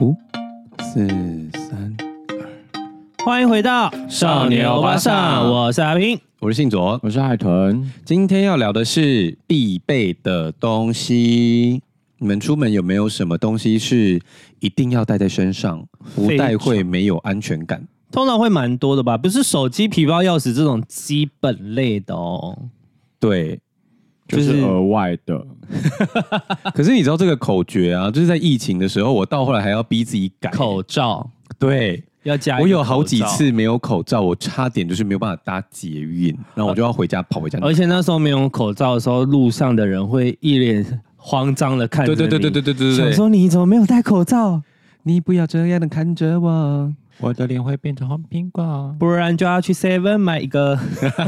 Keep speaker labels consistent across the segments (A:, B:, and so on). A: 五、四、三，
B: 欢迎回到
C: 少年欧巴桑
B: 我是阿平。
A: 我是信卓。
C: 我是海豚，
A: 今天要聊的是必备的东西。你们出门有没有什么东西是一定要带在身上，不带会没有安全感？
B: 通常会蛮多的吧，不是手机、皮包、钥匙这种基本类的哦。
A: 对，
C: 就
B: 就是
C: 是额外的，
A: 可是你知道这个口诀啊，就是在疫情的时候，我到后来还要逼自己改
B: 口罩
A: 对，
B: 要加一个口罩，
A: 我有好几次没有口罩，我差点就是没有办法搭捷运，然后我就要回家跑回家。
B: 而且那时候没有口罩的时候，路上的人会一脸慌张的看着
A: 对
B: 你，
A: 对对对对对对
B: 想
A: 对
B: 说你怎么没有戴口罩，
A: 你不要这样的看着我。
C: 我的脸会变成红苹果。
B: 不然就要去 Seven 买一个。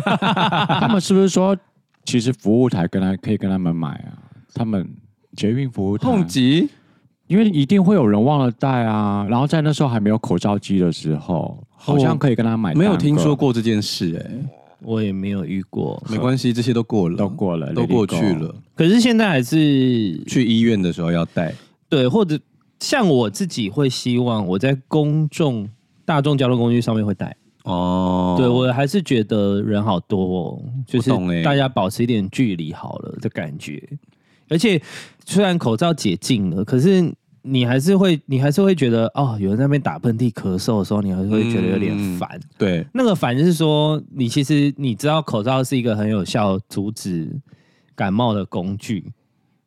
C: 他们是不是说，其实服务台跟他可以跟他们买啊？他们捷运服务台，
A: 碰击，
C: 因为一定会有人忘了带啊。然后在那时候还没有口罩机的时候，好像可以跟他买，
A: 没有听说，过这件事哎、
B: 我也没有遇过，
A: 没关系，这些都过了，
C: 都过了，
A: 都
C: let it
A: 过去
C: go。
A: 了。
B: 可是现在还是
A: 去医院的时候要带，
B: 对，或者像我自己会希望我在公众大众交通工具上面会戴。
A: 哦，
B: 对我还是觉得人好多哦，就是
A: 我懂欸
B: 大家保持一点距离好了的感觉。而且虽然口罩解禁了，可是你还是会，你还是会觉得哦，有人在那边打喷嚏、咳嗽的时候，你还是会觉得有点
A: 嗯
B: 烦。
A: 对
B: 那个烦是说，你其实你知道口罩是一个很有效阻止感冒的工具。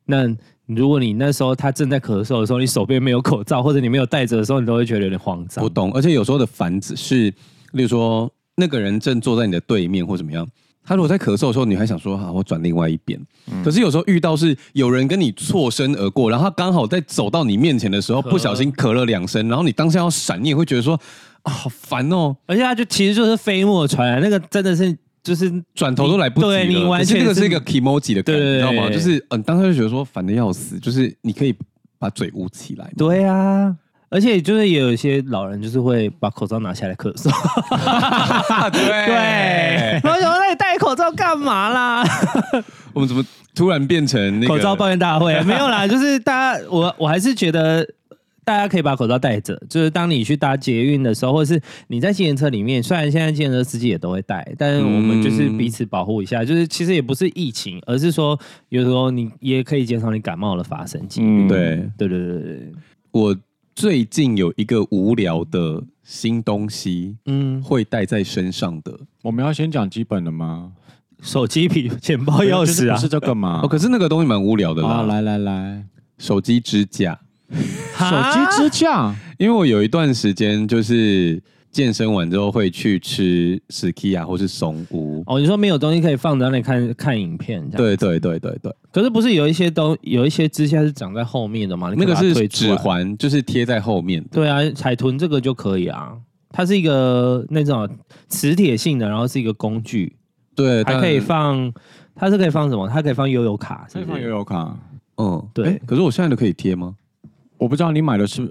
B: 那如果你那时候他正在咳嗽的时候，你手边没有口罩或者你没有戴着的时候，你都会觉得有点慌张
A: 我。懂。而且有时候的烦只是，例如说那个人正坐在你的对面或怎么样，他如果在咳嗽的时候，你还想说好，我转另外一边。
B: 嗯
A: 可是有时候遇到是有人跟你错身而过，然后他刚好在走到你面前的时候，
B: 咳
A: 不小心咳了两声，然后你当下要闪，你也会觉得说啊，好烦哦，
B: 而且它就其实就是飞沫传染，那个真的是就是
A: 转头都来不及了。
B: 对你完全
A: 可是这个是
B: 是
A: 一个 emoji 的感觉，
B: 对
A: 你知道吗？
B: 对
A: 就是嗯，当时就觉得说烦的要死，就是你可以把嘴捂起来。
B: 对啊。而且就是也有一些老人就是会把口罩拿下来咳嗽，
A: 对
B: 对，我想说那你戴口罩干嘛啦？
A: 我们怎么突然变成那个
B: 口罩抱怨 大会没有啦，就是大家我我还是觉得大家可以把口罩戴着，就是当你去搭捷运的时候，或者是你在计程车里面，虽然现在计程车司机也都会戴，但是我们就是彼此保护一下，就是其实也不是疫情，而是说有时候你也可以减少你感冒的发生几率。
C: 嗯，
A: 对。
B: 对对对对对，
A: 我最近有一个无聊的新东西，
B: 嗯，
A: 会带在身上的。
C: 我们要先讲基本的吗？
B: 手机、皮、钱包、钥
C: 就是
B: 匙啊
C: 不是，这个吗
A: 哦，？可是那个东西蛮无聊的
C: 啊，
A: 啦。
C: 来来来，
A: 手机支架，
B: 哈
C: 手机支架，
A: 因为我有一段时间就是健身完之后会去吃 Skia 或是松屋。
B: 哦，你说没有东西可以放在那里看看影片这样？。
A: 对对对对对，
B: 可是不是有一些东有一些支架是长在后面的吗？你
A: 那
B: 可以
A: 个
B: 把它
A: 是
B: 推出
A: 指
B: 来
A: 环，就是贴在后面的。
B: 对啊，海豚这个就可以啊，它是一个那种磁铁性的，然后是一个工具，
A: 对，
B: 还
A: 但
B: 可以。放，它是可以放什么？它可以放悠悠卡，是不
C: 可以
B: 是
C: 放悠悠卡。
A: 嗯，
B: 对
A: 诶可是我现在都可以贴吗？
C: 我不知道你买的是，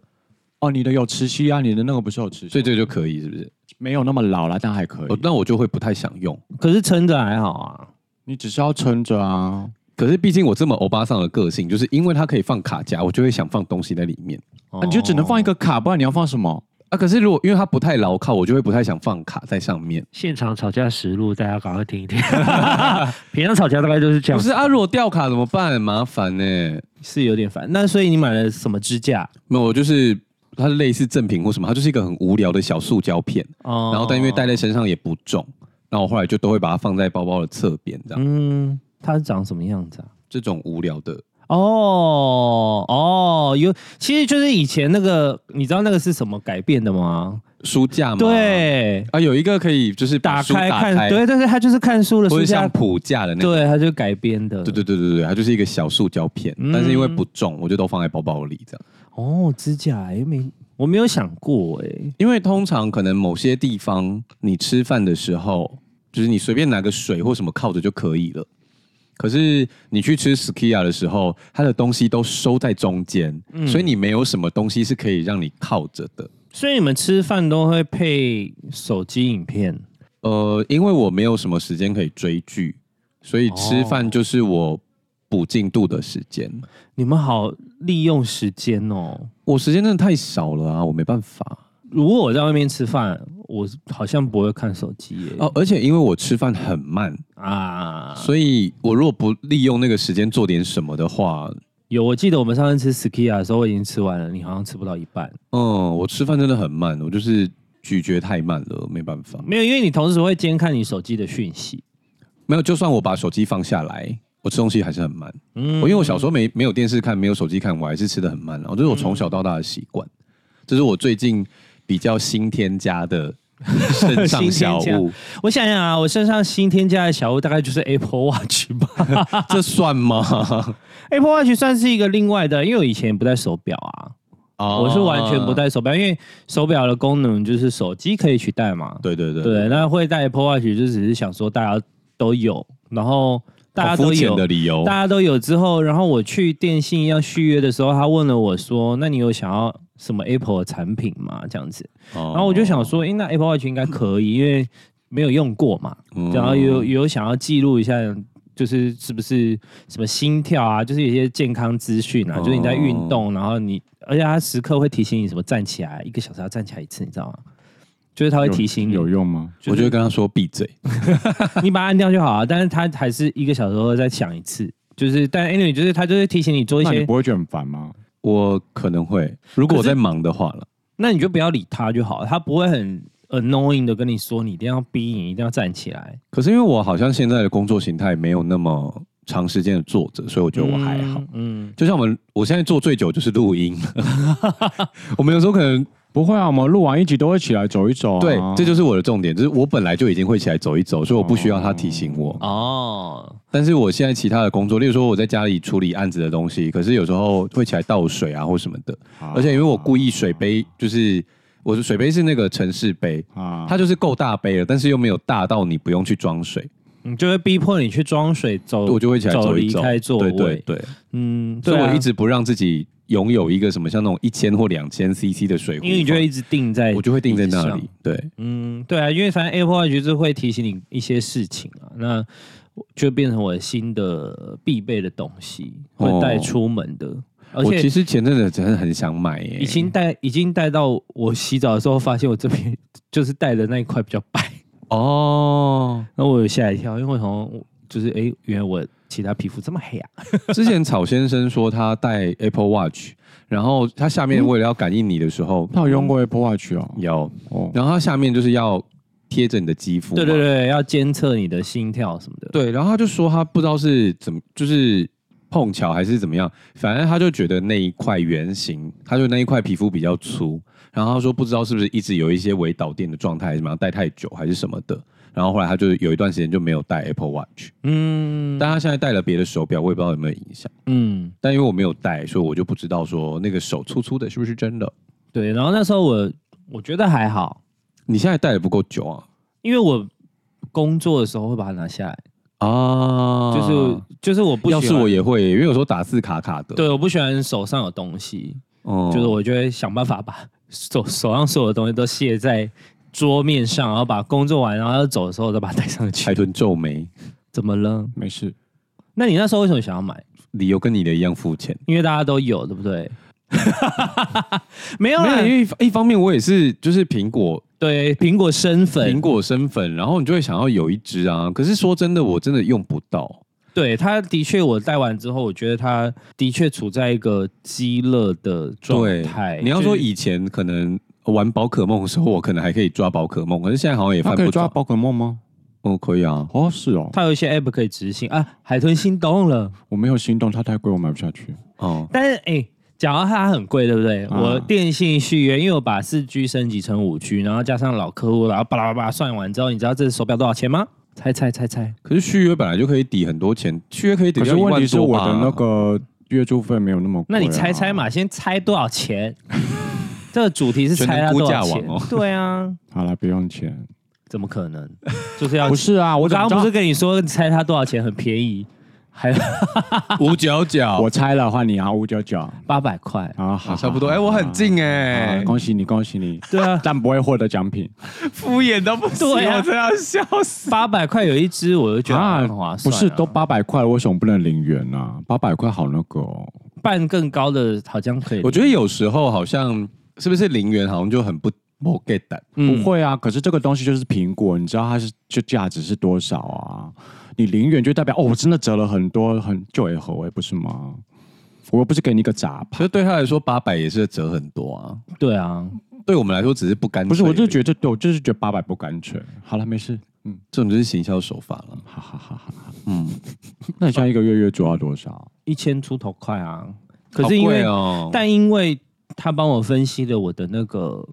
C: 哦，你的有磁吸啊，你的那个不是有磁吸，
A: 所以这就可以，是不是？
C: 没有那么老啦，但还可以
A: 哦。那我就会不太想用。
B: 可是撑着还好啊。
C: 你只是要撑着啊，
A: 可是毕竟我这么欧巴桑的个性，就是因为它可以放卡夹，我就会想放东西在里面。
C: 啊你就只能放一
B: 个
C: 个卡，不然你要放什么？
A: 啊，可是如果因为它不太牢靠，我就会不太想放卡在上面。
D: 现场吵架实录，大家赶快听一听。平常吵架大概就是这样。
A: 不是啊，如果掉卡怎么办？麻烦呢、
B: 是有点烦。那所以你买了什么支架？
A: 没有，我就是它类似赠品或什么，它就是一个很无聊的小塑胶片，
B: 哦
A: 然后但因为带在身上也不重，然后我后来就都会把它放在包包的侧边，这样、
B: 嗯，它是长什么样子啊？
A: 这种无聊的
B: 哦哦，有，其实就是以前那个，你知道那个是什么改变的吗？
A: 书架嘛。
B: 对，
A: 啊，有一个可以就是把
B: 打
A: 书
B: 开
A: 打
B: 看，
A: 开，
B: 对对对，它就是看书的
A: 或
B: 书
A: 者
B: 架
A: 像，谱架的那个。
B: 对，它就改编的，
A: 对对对对对，它就是一个小塑胶片，
B: 嗯
A: 但是因为不重，我就都放在包包里这样。
B: 哦，指甲也没，我没有想过哎、
A: 因为通常可能某些地方你吃饭的时候，就是你随便拿个水或什么靠着就可以了。可是你去吃 Skia 的时候，它的东西都收在中间，所以你没有什么东西是可以让你靠着的。
B: 所以你们吃饭都会配手机影片
A: 呃，因为我没有什么时间可以追剧，所以吃饭就是我补进度的时间。
B: 你们好利用时间哦。
A: 我时间真的太少了啊，我没办法
B: 如果我在外面吃饭，我好像不会看手机耶、
A: 哦。而且因为我吃饭很慢，
B: 啊。
A: 所以我如果不利用那个时间做点什么的话，
B: 有，我记得我们上次吃 Skia 的时候，我已经吃完了，你好像吃不到一半。
A: 嗯，我吃饭真的很慢，我就是咀嚼太慢了，没办法。
B: 没有，因为你同时会监看你手机的讯息。
A: 没有，就算我把手机放下来，我吃东西还是很慢。
B: 嗯
A: 我因为我小时候没没有电视看，没有手机看，我还是吃的很慢啊。这是我
B: 嗯
A: 从小到大的习惯，这是我最近比较新添加 的肾上小
B: 新添
A: 物，
B: 我想想啊，我身上新添加的小物大概就是 Apple Watch 吧。
A: 这算吗？
B: Apple Watch 算是一个另外的，因为我以前也不戴手表啊，
A: 哦
B: 我是完全不。戴手表，因为手表的功能就是手机可以取代嘛。
A: 对对对，
B: 对，那会戴 Apple Watch 就只是想说大家都有，然后大家
A: 好
B: 都
A: 肤浅
B: 有
A: 的，理
C: 哦
A: 由
B: 大。家都有之后，然后我去电信要续约的时候，他问了我说：“那你有想要什么 Apple 的产品吗？”这样子，
A: 然
C: 哦
B: 然后我就想，说：“诶，那 Apple Watch 应该可以，因为没有用过嘛，
C: 哦
A: 嗯
B: 然后有有想要记录一下。”就是是不是什么心跳啊，就是有一些健康资讯
C: 哦
B: 啊，就是你在运动，然后你，而且它时刻会提醒你什么站起来，一个小时要站起来一次，你知道吗？就是它会
C: 有
B: 提醒你，
C: 有 用吗？
A: 我就会跟他说闭嘴。
B: 你把它按掉就好啊，但是它还是一个小时后再响一次，就是但 anyway 就是它就会提醒你做一
C: 那
B: 些
C: 你不会觉得很烦吗？
A: 我可能会，如果我
B: 可是
A: 在忙的话了。
B: 那你就不要理他就好，他不会很 annoying 的跟你说你一定要逼你一定要站起来，
A: 可是因为我好像现在的工作形态没有那么长时间的坐着，所以我觉得我还好。，
B: 嗯，
A: 就像我们，我现在坐最久就是录 音，我们有时候可能
C: 不会啊，我们录完一集都会起来走一走、啊。
A: 对，
B: 哦
A: 这就是我的重点，就是我本来就已经会起来走一走，所以我不需要他提醒我。
B: 哦，
A: 但是我现在其他的工作，例如说我在家里处理案子的东西，可是有时候会起来倒水啊或什么的，
B: 哦
C: 啊
A: 而且因为我故意水杯就是我的水杯是那个城市杯，
B: 哦
C: 啊
A: 它就是够大杯了，但是又没有大到你不用去装水，
B: 你嗯就会逼迫你去装水走，
A: 我就会起来走一
B: 离
A: 走，
B: 开座
A: 对
B: 位，
A: 对对。
B: 嗯，
A: 所
B: 对、
A: 以
B: 啊，
A: 我一直不让自己拥有一个什么像那种一千或两千 CC 的水壶，
B: 因为你就会一直定在，
A: 我就会定在那里。。对，
B: 嗯，对啊，因为反正 Apple Watch 就是会提醒你一些事情啊，那就变成我的新的必备的东西，会带出门的。而
A: 哦我其
B: 且
A: 实前阵子真的很想买耶、
B: 已经带已经带到我洗澡的时候，发现我这边 就是带的那一块比较白，
A: 哦，
B: 那我有吓一跳，因为我好像就是哎、诶原来我其他皮肤这么黑啊。
A: 之前草先生说他戴 Apple Watch，然后他下
B: 嗯
A: 面为了要感应你的时候、
C: 他有用过 Apple Watch 哦。
A: 有，
C: 哦，
A: 然后他下面就是要贴着你的肌肤，
B: 对对。对，要监测你的心跳什么的。
A: 对，然后他就说他不知道是怎么，就是碰巧还是怎么样，反正他就觉得那一块圆形，他就那一块皮肤比较粗，然后他说不知道是不是一直有一些微导电的状态，还是怎么样，戴太久还是什么的。然后后来他就有一段时间就没有戴 Apple Watch，
B: 嗯，
A: 但他现在戴了别的手表，我也不知道有没有影响。
B: 嗯，
A: 但因为我没有戴，所以我就不知道说那个手粗粗的是不是真的。
B: 对。然后那时候我我觉得还好，
A: 你现在戴的不够久啊
B: 因为我工作的时候会把它拿下来。
A: 啊！
B: 就是就是我不喜
A: 要
B: 欢
A: 是我也会，因为有时候打字卡卡的。
B: 对，我不喜欢手上有东西，
A: 哦，
B: 就是我就会想办法把手手上所有的东西都卸在桌面上，然后把工作完，然后要走的时候再把它带上
A: 海
B: 去。
A: 豚皱眉，
B: 怎么了？
C: 没事，
B: 那你那时候为什么想要买？
A: 理由跟你的一样肤浅。
B: 因为大家都有，对不对？没有
A: 没
B: 啦
A: 有，，因为一一方面我也是，就是苹果
B: 对，苹果生粉，
A: 苹果生粉，然后你就会想要有一支啊。可是说真的，我真的用不到。
B: 对它的确，我戴完之后，我觉得它的确处在一个饥乐的状态。
A: 你要
B: 就是
A: 说以前可能玩宝可梦的时候，我可能还可以抓宝可梦，可是现在好像也
C: 他
A: 翻
C: 可以
A: 不
C: 抓
A: 着。
C: 宝可梦吗？
A: 哦，可以啊，
C: 哦，是哦，
B: 它有一些 app 可以执行啊，海豚心动了。
C: 我没有心动，它太贵，我买不下去。
A: 哦，
B: 但是哎，讲、到它很贵，对不对？
C: 啊
B: 我电信续约，因为我把四 G 升级成五 G，然后加上老客户，然后巴拉巴拉算完之后，你知道这手表多少钱吗？猜猜猜猜，
A: 可是续约本来就可以抵很多钱，续约可以抵
C: 可是
A: 掉一
C: 问
A: 万
C: 题是
A: 多
C: 我
A: 吧？
C: 的那个月租费没有那么贵、啊
B: 那你猜猜？嘛，先猜多少钱？ 这个主题是猜它多少
A: 全
B: 钱？
A: 能估价
B: 对啊，
C: 好了，不用钱。
B: 怎么可能？就是要
C: 不是啊，我
B: 我
C: 怎么
B: 刚
C: 知
B: 刚
C: 道
B: 不是跟你说猜它多少钱很便宜，还
A: 五九九，
C: 我猜了，换你啊，五九九啊，
B: 八百块。
C: 好
A: 好
C: 好，
A: 差不多。哎，我很近哎
C: 好，恭喜你，恭喜你，
B: 对啊，
C: 但不会获得奖品
A: 敷衍到不行，
B: 对啊
A: 我真的要笑死。
B: 八百块有一只，我就觉得很划算、啊
C: 不是都八百块，为什么不能零元呢、啊？八百块好那个、哦，
B: 办更高的好像可以。
A: 我觉得有时候好像是不是零元好像就很不不 get 的，
C: 不会啊，可是这个东西就是苹果，你知道它是就价值是多少啊？你零元就代表哦，我真的折了很多，很就也好哎，不是吗？我又不是给你一个杂牌，
A: 可是对他来说八百也是折很多啊，
B: 对啊，
A: 对我们来说只是不干脆。
C: 不是，我就觉
A: 得
C: 得对我就是觉得八百不干脆。好了，没事，嗯，
A: 这种就是行销手法了。
C: 好好好好，
A: 嗯，
C: 那你像一个月月租要多少？
B: 一千出头块啊，可是因
A: 好贵
B: 为、
A: 哦，
B: 但因为他帮我分析了我的那个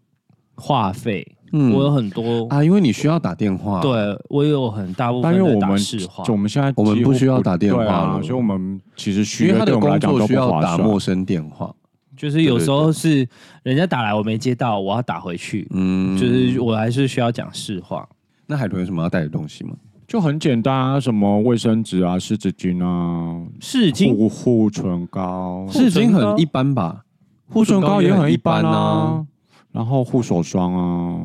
B: 话费，
A: 嗯
B: 我有很多，
A: 啊，因为你需要打电话，，
B: 对我有很大部
C: 但
B: 分
C: 因为
B: 的
C: 我
B: 打
C: 们
B: 市话，
C: 我们现在
A: 我们
C: 几
A: 不
C: 乎
A: 需要打电话
C: 对啊
A: 了
C: 所以我们其实续
A: 因为
C: 约
A: 他
C: 对
A: 的
C: 我们来
A: 工
C: 讲都
A: 作需
C: 不
A: 要
C: 划
A: 打
C: 算
A: 陌。生电话，
B: 就是有时候是人家打来我没接到，我要打回去，
A: 嗯，
B: 就是我还是需要讲市话。
A: 那海豚有什么要带的东西吗？
C: 就很简单啊，什么卫生纸啊、湿纸巾啊、
B: 市经
C: 护护唇膏、
B: 护唇
A: 已经
B: 膏
C: 啊
A: 很一般吧，
C: 护唇膏也很一般
A: 呐、
C: 啊，然后护手霜啊，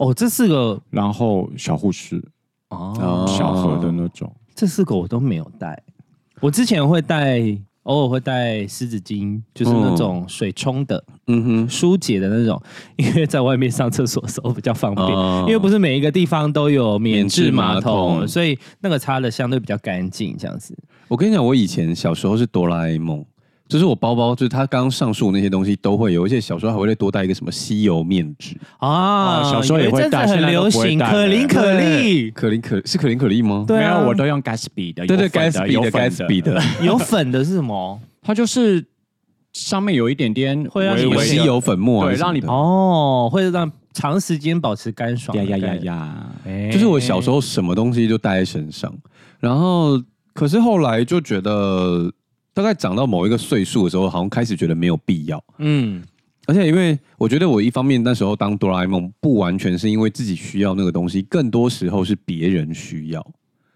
B: 哦，这四个
C: 然后小护士、
B: 哦，
C: 小盒的那种，
B: 这四个我都没有带。我之前会带，偶尔会带湿纸巾，就是那
C: 嗯
B: 种水冲的、
A: 嗯哼，
B: 疏解的那种，因为在外面上厕所的时候比较方便。
C: 啊
A: 哦
B: 因为不是每一个地方都有免治马
A: 免治马
B: 桶，
A: 桶
B: 所以那个擦的相对比较干净，这样子。
A: 我跟你讲，我以前小时候是哆啦 A 梦，就是我包包，就是他刚刚上述那些东西都会有，而且小时候还会多带一个什么吸油面纸，
B: 啊，
C: 小时候也
B: 有一
C: 会
B: 阵子
C: 带现
B: 很
C: 在都
B: 流
C: 不会
B: 行
C: 带
B: 可
C: 了
B: 伶可俐，
A: 可伶可是可伶可俐吗？
B: 对啊，
C: 没有我都用 Gatsby 的，
A: 对对
C: 有
A: ，Gatsby 的
C: 粉的有粉
A: Gatsby 的，
B: 有粉的是什么？
C: 它就是上面有一点点
B: 会让你
C: 微
A: 有
C: 啊微的
A: 吸油粉末啊
C: 对
A: 什么
C: 让你
A: 的
B: 哦，会让长时间保持干爽
C: 呀
B: 的
C: 呀
B: 感觉。
C: 呀呀，
B: 哎
A: 就是我小时候什么东西就带在身上，然后可是后来就觉得，大概长到某一个岁数的时候，好像开始觉得没有必要。
B: 嗯，
A: 而且因为我觉得我一方面那时候当哆啦 A 梦不完全是因为自己需要那个东西，更多时候是别人需要。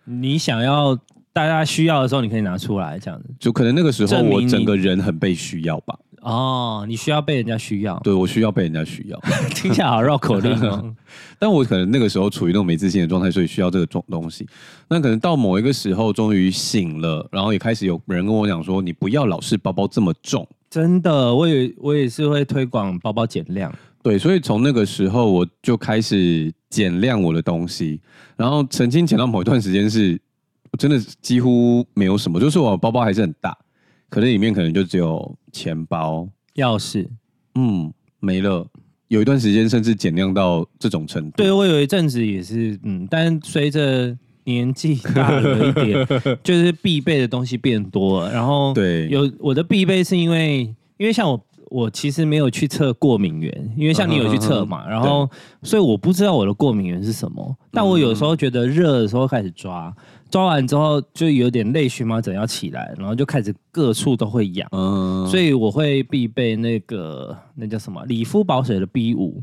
B: 你想要大家需要的时候，你可以拿出来这样子。
A: 就可能那个时候
B: 证明
A: 我
B: 你
A: 整个人很被需要吧，
B: 哦，你需要被人家 需要，
A: 对我需要被人家需要，
B: 听起来好绕口令哦。
A: 但我可能那个时候处于那种没自信的状态，所以需要这个东东西。那可能到某一个时候终于醒了，然后也开始有人跟我讲说，你不要老是包包这么重。
B: 真的，我也我也是会推广包包减量。
A: 对，所以从那个时候我就开始减量我的东西，然后曾经减到某一段时间是，我真的几乎没有什么，就是我包包还是很大，可是里面可能就只有钱包，
B: 钥匙，
A: 嗯，没了。有一段时间甚至减量到这种程度，
B: 对我有一阵子也是，嗯，但随着年纪大了一点，就是必备的东西变多了。然后，
A: 对
B: 有我的必备是因为，因为像我，我其实没有去测过敏源，因为像你有去测嘛，然后所以我不知道我的过敏源是什么。但我有时候觉得热的时候开始抓，抓完之后就有点类荨麻疹要起来，然后就开始各处都会痒。
A: 嗯，
B: 所
A: 以
B: 以我会必备那个那叫什么理肤保水的 B 五，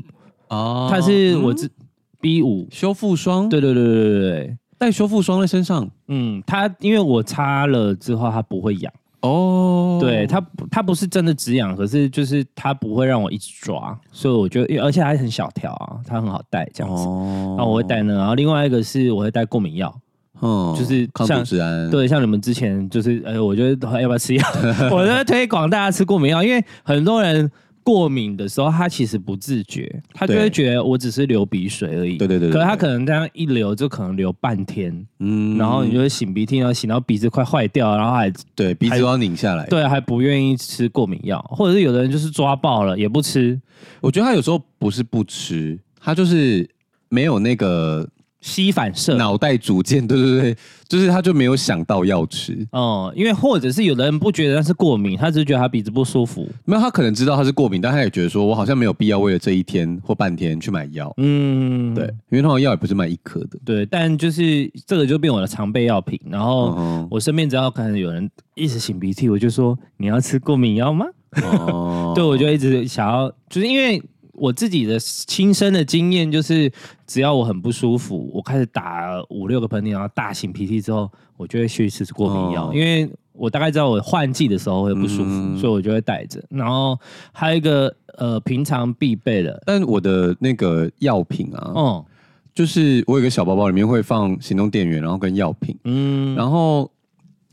A: 哦
B: 它是我自 B 五
A: 修复霜，
B: 对对对对对对，
A: 带修复霜在身上
B: 嗯，它因为我擦了之后它不会痒，
A: 哦，
B: 对它不它不是真的止痒，可是就是它不会让我一直抓，所以我觉得而且它很小条啊，它很好带这样子。
A: 哦
B: 那我会带那个，然后另外一个是我会带过敏药，
A: 嗯
B: 就是
A: 抗组
B: 像
A: 织胺，，
B: 对，像你们之前就是，哎，我觉得要不要吃药， 我都会推广大家吃过敏药，因为很多人过敏的时候，他其实不自觉，他就
A: 对
B: 会觉得我只是流鼻水而已，
A: 对对对对
B: 可是他
A: 对
B: 可能这样一流就可能流半天，
A: 嗯
B: 然后你就会擤鼻涕，然后擤到鼻子快坏掉，然后还
A: 对鼻子
B: 还
A: 都要拧下来，，
B: 对还不愿意吃过敏药，或者是有的人就是抓爆了也不吃，
A: 我觉得他有时候不是不吃，他就是没有那个
B: 吸反射。
A: 脑袋组件，对对 对，就是他就没有想到要吃，
B: 哦、因为或者是有的人不觉得那是过敏，他只是觉得他鼻子不舒服。
A: 没有他可能知道他是过敏，但他也觉得说我好像没有必要为了这一天或半天去买药，
B: 嗯，
A: 对，因为通常药也不是买一颗的，
B: 对，但就是这个就变我的常备药品。然后
A: 嗯哼
B: 我身边只要可能有人一直擤鼻涕，我就说你要吃过敏药吗？
A: 哦
B: 对，我就一直想要，就是因为我自己的亲身的经验，就是只要我很不舒服，我开始打五六个喷嚏，然后大擤鼻涕之后，我就会去吃过敏药，
A: 哦
B: 因为我大概知道我换季的时候会不舒服，
A: 嗯
B: 所以我就会带着。然后还有一个呃，平常必备的，
A: 但我的那个药品啊，
B: 哦，
A: 就是我有一个小包包，里面会放行动电源，然后跟药品。
B: 嗯，
A: 然后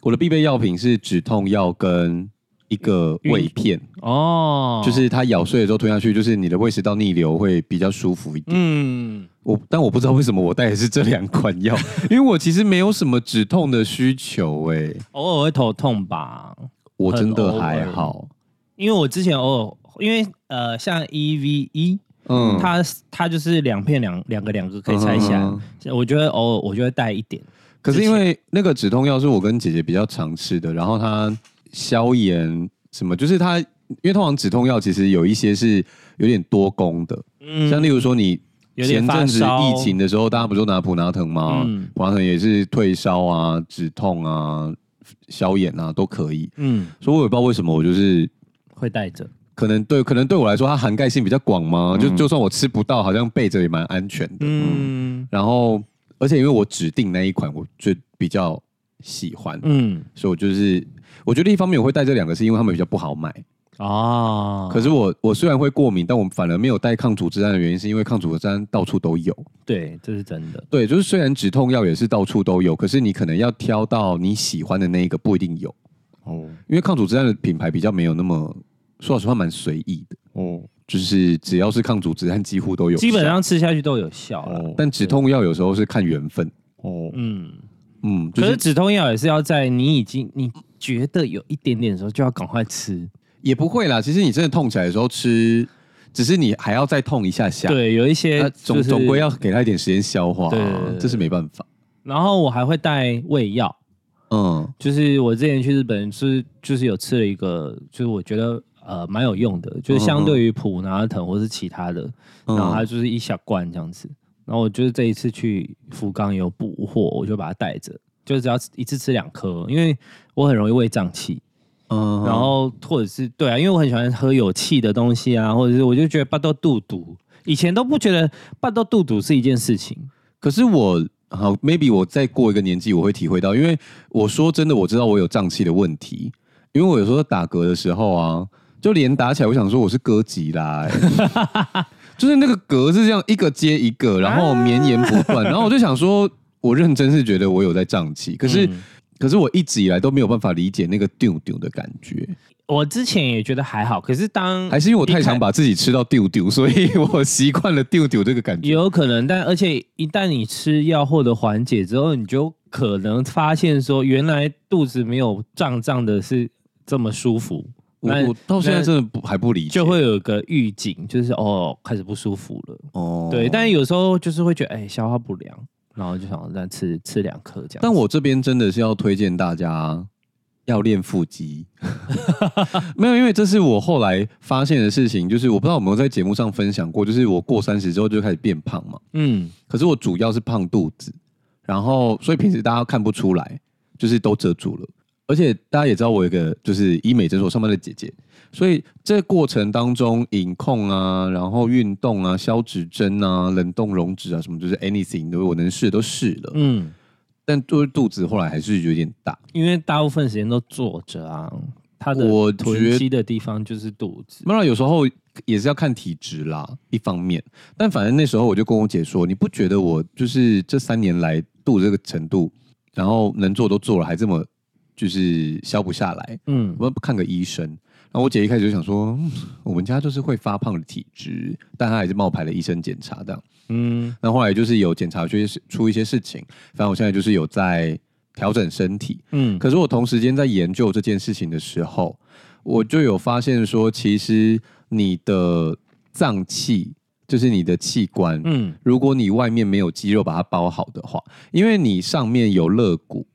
A: 我的必备药品是止痛药跟一一个胃片，
B: 哦，
A: 就是它咬碎了之后吞下去，就是你的胃食道逆流会比较舒服一点。
B: 嗯，
A: 我但我不知道为什么我带的是这两款药， 因为我其实没有什么止痛的需求、欸，
B: 偶尔会头痛吧，
A: 我真
B: 很偶
A: 的
B: 尔
A: 还好。
B: 因为我之前偶尔因为呃像 E V 一。
A: 嗯，
B: 它它就是两片两两个两个可以拆下来
A: 嗯，
B: 我觉得偶尔我就会带一点，
A: 可是因为那个止痛药是我跟姐姐比较常吃的，然后它消炎什么，就是它，因为通常止痛药其实有一些是有点多功的，
B: 嗯
A: 像例如说你
B: 有点
A: 前
B: 发
A: 阵子
B: 烧
A: 疫情的时候，大家不是都拿普拿疼吗？
B: 嗯
A: 普拿疼也是退烧啊、止痛啊、消炎啊都可以，
B: 嗯
A: 所以我也不知道为什么我就是。
B: 会带着，
A: 可能对，可能对我来说，它涵盖性比较广嘛。就就算我吃不到，好像备着也蛮安全的。
B: 嗯
A: 然后，而且因为我指定那一款，我就比较喜欢，
B: 嗯
A: 所以我就是我觉得一方面我会带这两个，是因为他们比较不好买。
B: 哦，
A: 可是我我虽然会过敏，但我反而没有带抗组织胺的原因，是因为抗组织胺到处都有。
B: 对，这是真的，
A: 对，就是虽然止痛药也是到处都有，可是你可能要挑到你喜欢的那一个，不一定有，
C: 哦
A: 因为抗组织胺的品牌比较没有那么。说老实话，蛮随意的，
C: 哦
A: 就是只要是抗组织胺，几乎都有效。
B: 基本上吃下去都有效了，
C: 哦，
A: 但止痛药有时候是看缘分，
C: 哦
B: 嗯，
A: 嗯，就
B: 可是
A: 是
B: 止痛药也是要在你已经你觉得有一点点的时候就要赶快吃，
A: 也不会啦。其实你真的痛起来的时候吃，只是你还要再痛一下下，，
B: 对，有一些
A: 那
B: 就
A: 总
B: 是
A: 总归要给他一点时间消化
B: 对对对
A: 啊
B: 对，
A: 这是没办法。
B: 然后我还会带胃药，
A: 嗯，
B: 就是我之前去日本是就是有吃了一个，就是我觉得呃蛮有用的，就是相对于普拿疼或是其他的，
A: 嗯
B: 然后它就是一小罐这样子。然后我就是这一次去福冈有补货，我就把它带着，就只要一次吃两颗，因为我很容易胃胀气，
A: 嗯
B: 然后或者是对啊，因为我很喜欢喝有气的东西啊，或者是我就觉得巴豆肚肚，以前都不觉得巴豆肚肚是一件事情，
A: 可是我好，maybe 我再过一个年纪，我会体会到，因为我说真的，我知道我有胀气的问题，因为我有时候打嗝的时候啊，就连打起来，我想说我是哥吉拉、欸， 就是那个嗝是这样一个接一个，然后绵延不断， 然后我就想说，我认真是觉得我有在胀气，可
B: 嗯
A: 是、可是我一直以来都没有办法理解那个丢丢的感觉，
B: 我之前也觉得还好，可是当
A: 还是因为我太
B: 一开
A: 常把自己吃到丢丢，所以我习惯了丢丢这个感
B: 也
A: 觉。
B: 有可能，但而且一旦你吃药获得缓解之后，你就可能发现说，原来肚子没有胀胀的是这么舒服，
A: 我
B: 那
A: 我到现在
B: 那
A: 真的不还不理解，
B: 就会有个预警，就是哦开始不舒服了。
A: 哦
B: 对，但有时候就是会觉得哎、消化不良，然后就想再吃吃两颗这样。
A: 但我这边真的是要推荐大家要练腹肌， 没有，因为这是我后来发现的事情，就是我不知道有没有在节目上分享过，就是我过三十之后就开始变胖嘛，
B: 嗯
A: 可是我主要是胖肚子，然后所以平时大家看不出来，就是都遮住了。而且大家也知道我有一个就是医美诊所上班的姐姐，所以这过程当中饮控啊，然后运动啊、消脂针啊、冷冻溶脂啊，什么就是 anything 都我能试的都试了，
B: 嗯，
A: 但就是肚子后来还是有点大。
B: 因为大部分时间都坐着啊，它的
A: 我
B: 囤
A: 觉
B: 积的地方就是肚子。
A: 当然有时候也是要看体质啦，一方面。但反正那时候我就跟我姐说，你不觉得我就是这三年来度这个程度，然后能做都做了，还这么就是消不下来，
B: 嗯
A: 我们看个医生。然后我姐一开始就想说，嗯我们家就是会发胖的体质，但她还是冒牌的医生检查这样。
B: 嗯
A: 那后来就是有检查出一些出一些事情，反正我现在就是有在调整身体，
B: 嗯，
A: 可是我同时间在研究这件事情的时候，我就有发现说，其实你的脏器，就是你的器官，
B: 嗯
A: 如果你外面没有肌肉把它包好的话，因为你上面有肋骨，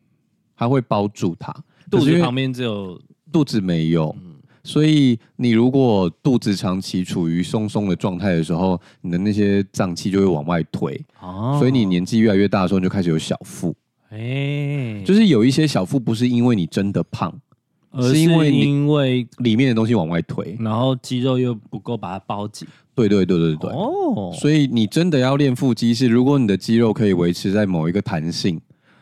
A: 它会包住它，
B: 肚
A: 可是
B: 子
A: 因为
B: 旁边只有
A: 肚子没有。
B: 嗯
A: 所以你如果肚子长期处于松松的状态的时候，你的那些脏器就会往外推，
B: 哦，
A: 所以你年纪越来越大的时候，你就开始有小腹，
B: 哎、
A: 就是有一些小腹不是因为你真的胖，
B: 而
A: 是因为你
B: 因为
A: 里面的东西往外推。
B: 然后肌肉又不够把它包紧。
A: 对对对对对。
B: 哦
A: 所以你真的要练腹肌是，如果你的肌肉可以维持在某一个弹性，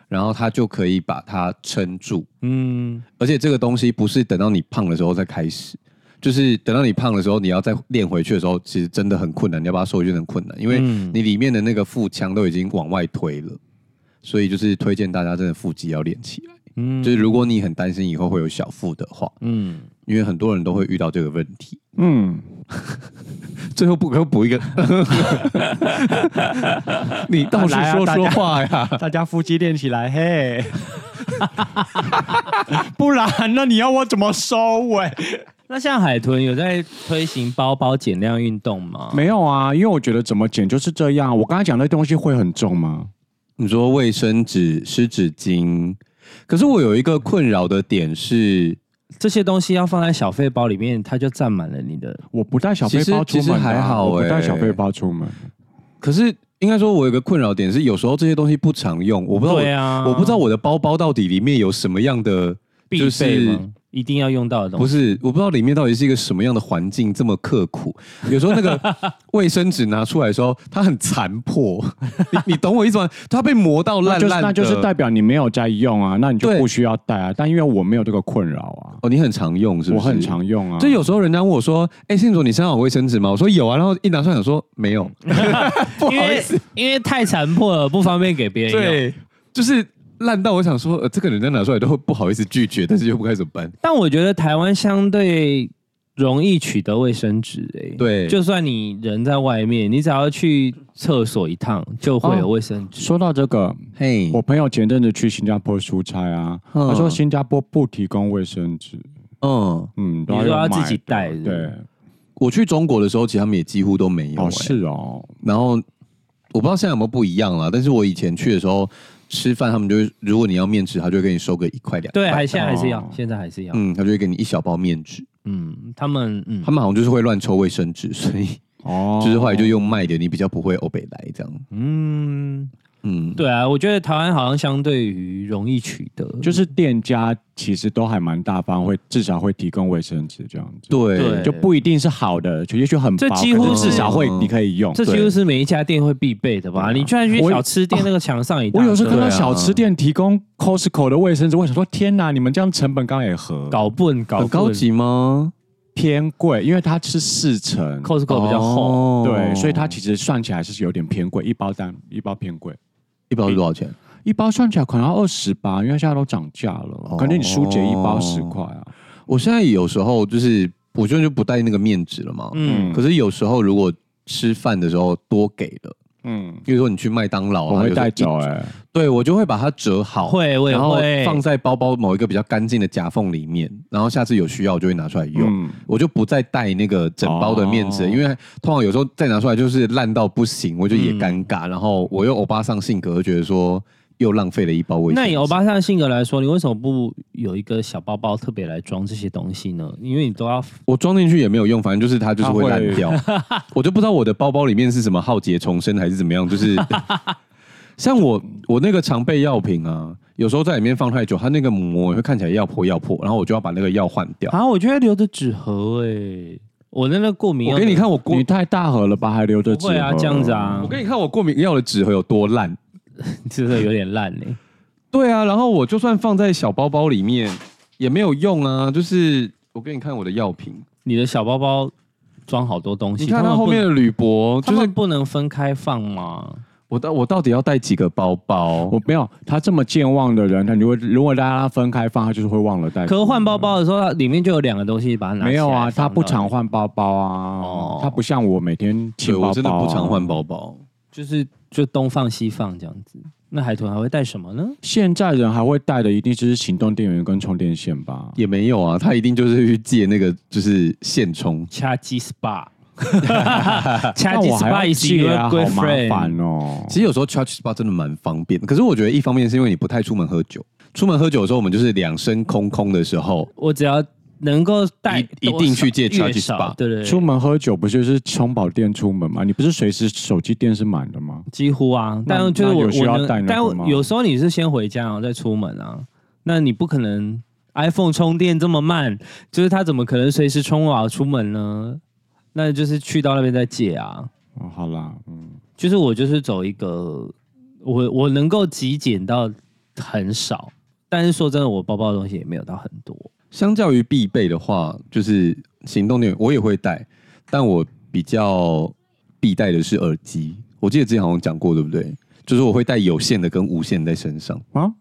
A: 然后它就可以把它撑住。
B: 嗯，
A: 而且这个东西不是等到你胖的时候再开始，就是等到你胖的时候，你要再练回去的时候，其实真的很困难，你要把它收回去很困难，因为
B: 嗯
A: 你里面的那个腹腔都已经往外推了。所以就是推荐大家真的腹肌要练起来。
B: 嗯
A: 就是如果你很担心以后会有小腹的话，
B: 嗯，
A: 因为很多人都会遇到这个问题。
C: 嗯，
A: 最后不给我补 一个，你倒是
C: 来啊
A: 说
C: 大
A: 说
C: 家
A: 话呀！
C: 大家腹肌练起来，嘿， 不然那你要我怎么收尾？
B: 那像海豚有在推行包包减量运动吗？
C: 没有啊，因为我觉得怎么减就是这样。我刚才讲那东西会很重吗？
A: 你说卫生纸、湿纸巾，可是我有一个困扰的点是，
B: 这些东西要放在小费包里面，它就占满了你的。
C: 我不带小背包出
A: 其实
C: 门、啊，
A: 其实还好
C: 我不带
A: 欸
C: 小背包出门。
A: 可是应该说，我有个困扰点是，有时候这些东西不常用，我不知道我，
B: 对啊
A: 我不知道我的包包到底里面有什么样的，
B: 必
A: 就
B: 备
A: 是
B: 吗？一定要用到的东
A: 不
B: 西。
A: 是，我不知道里面到底是一个什么样的环境这么刻苦。有时候那 个卫生纸拿出来的时候，它很残破，你你懂我意思吗？它被磨到
C: 那
A: 烂
C: 就是
A: 烂的，
C: 那就是代表你没有在用啊，那你就
A: 对
C: 不需要带啊。但因为我没有这个困扰啊，
A: 哦，你很常用是不
C: 我
A: 是？
C: 很常用啊。
A: 就有时候人家问我说：“哎、信总，你身上有卫生纸吗？”我说：“有啊。”然后一拿出来想说：“没有。
B: 因为因为太残破了，不方便给别”人用。
A: 对，就是烂到我想说，呃，这个人家拿出来都会不好意思拒绝，但是又不该怎么办。
B: 但我觉得台湾相对容易取得卫生纸、欸，
A: 对
B: 就算你人在外面，你只要去厕所一趟，就会
A: 哦
B: 有卫生纸。
C: 说到这个，
A: 嘿
C: 我朋友前阵子去新加坡出差啊，
A: 嗯
C: 他说新加坡不提供卫生纸，
A: 嗯，
C: 嗯，
B: 你说
C: 要
B: 要
C: 买
B: 自己
C: 的
B: 带是不
C: 对
B: 是，
A: 我去中国的时候，其实他们也几乎都没有、
C: 哦
A: 哎
C: 是哦，
A: 然后我不知道现在有没有不一样啦，但是我以前去的时候吃饭，他们就会如果你要面纸，他就会给你收个一块两。
B: 对，还现在还是要
C: 哦，
B: 现在还是要。
A: 嗯，他就会给你一小包面纸。
B: 嗯，他们嗯
A: 他，们好像就是会乱抽卫生纸，所以
C: 哦，
A: 就是后来就用卖的，你比较不会哦欧北来这样。
B: 嗯，
A: 嗯，
B: 对啊，我觉得台湾好像相对于容易取得，
C: 就是店家其实都还蛮大方，会至少会提供卫生纸这样子。
A: 对
B: 对
C: 就不一定是好的，就也许很薄，
B: 这几乎
C: 可是至
A: 是
C: 少会
A: 嗯
C: 你可以用。
B: 这几乎是每一家店会必备的吧？你居然去
C: 我
B: 小吃店那个墙上一大
C: 我有时候看
B: 堆
C: 到
A: 对啊
C: 小吃店提供 Costco 的卫生纸，我想说天哪，你们这样成本刚也合，
B: 搞笨搞
A: 很高
B: 笨
A: 级吗？
C: 偏贵，因为它是四成，
B: ，Costco 比较厚，
A: 哦
C: 对，所以它其实算起来是有点偏贵，一包单一包偏贵，
A: 一包是多少钱？
C: 一包算起来可能要二十吧，因为现在都涨价了，感觉你舒姐一包十块啊，
A: 我现在有时候就是，我就就不带那个面纸了嘛。
B: 嗯，
A: 可是有时候如果吃饭的时候多给了，
C: 嗯，
A: 比如说你去麦当劳啊，
C: 我会带
A: 有时
C: 走
A: 候一
C: 哎、
A: 对我就会把它折好，
B: 会我也
A: 然后
B: 会
A: 放在包包某一个比较干净的夹缝里面，然后下次有需要我就会拿出来用。
C: 嗯，
A: 我就不再带那个整包的面纸，
C: 哦
A: 因为通常有时候再拿出来就是烂到不行，我就也
B: 嗯
A: 尴尬。然后我又欧巴桑性格，就觉得说又浪费了一包卫生纸。
B: 那以欧巴桑的性格来说，你为什么不有一个小包包特别来装这些东西呢？因为你都要
A: 我装进去也没有用，反正就是它就是会
C: 它
A: 烂
C: 会
A: 掉。 我就不知道我的包包里面是什么浩劫重生还是怎么样，就是像我我那个常备药品啊，有时候在里面放太久，它那个膜也会看起来要破要破，然后我就要把那个药换掉。
B: 啊，我觉得留着纸盒哎、我那个过敏，
A: 我给你，看我过
C: 你，太大盒了吧，还留着纸
B: 不会啊，
C: 盒
B: 这样子，啊
A: 我， 给你看我过敏药的纸盒有多烂。
B: 真的有点烂哎、
A: 对啊，然后我就算放在小包包里面也没有用啊，就是。我给你看我的药品，
B: 你的小包包装好多东西，
A: 你看它
B: 他们
A: 后面的铝箔，
B: 不，
A: 就
B: 就是
A: 是
B: 不能分开放吗？
A: 我到我到底要带几个包包？
C: 我没有他这么健忘的人，他如果如果大家分开放，他就是会忘了带。
B: 可是换包包的时候，它里面就有两个东西，把它拿
C: 没有
B: 起来
C: 啊，
B: 放
C: 他不
B: 到
C: 常，换包包啊，
B: 哦
C: 他不像我每天
A: 对
C: 请包包、
A: 我真的不常换。包包。
B: 就是就东放西放这样子。那海豚还会带什么呢？
C: 现在人还会带的一定就是行动电源跟充电线吧？
A: 也没有啊，他一定就是去借那个就是现充。
B: 掐鸡 SPA，
C: 那
B: 掐鸡
C: 我
B: SPA
C: 还要
B: is
C: 借
B: your
C: 啊，好
B: good
C: 麻
B: friend。
C: 烦哦。
A: 其实有时候 charge spa 真的蛮方便的，可是我觉得一方面是因为你不太出门喝酒，出门喝酒的时候我们就是两身空空的时候，
B: 我只要能够带
A: 一一
B: 多
A: 定
B: 少
A: 去借
B: 越
A: Charge
B: 少
A: Spa
B: 对对对，
C: 出门喝酒不就是充饱电出门吗？你不是随时手机电是满的吗？
B: 几乎啊，但
C: 那
B: 就是
C: 那
B: 我
C: 有需要
B: 我
C: 带
B: 能，
C: 那
B: 但
C: 个
B: 我
C: 吗
B: 有时候你是先回家然后再出门啊，那你不可能 iPhone 充电这么慢，就是它怎么可能随时充饱出门呢？那就是去到那边再借啊。
C: 哦，好啦，嗯，
B: 就是我就是走一个，我我能够极简到很少，但是说真的，我包包的东西也没有到很多。
A: 相较于必备的话，就是行动电源我也会带，但我比较必带的是耳机。我记得之前好像讲过，对不对？就是我会带有线的跟无线在身上。
C: 啊，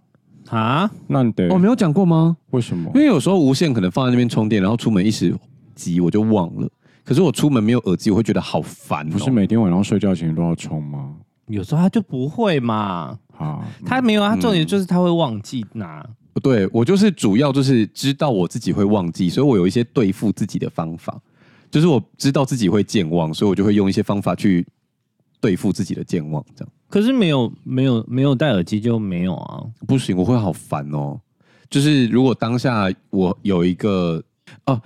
B: 啊，
C: 那你得
A: 我、哦没有讲过吗？
C: 为什么
A: 因？为有时候无线可能放在那边充电，然后出门一时急我就忘了。可是我出门没有耳机，我会觉得好烦、哦。
C: 不是每天晚上睡觉前都要充吗？
B: 有时候他就不会嘛，
C: 好，
B: 他没有，他
C: 嗯
B: 重点就是他会忘记拿。
A: 对我就是主要就是知道我自己会忘记，所以我有一些对付自己的方法，就是我知道自己会健忘，所以我就会用一些方法去对付自己的健忘。这样
B: 可是没有没有没有戴耳机就没有啊，
A: 不行，我会好烦哦。就是如果当下我有一个哦，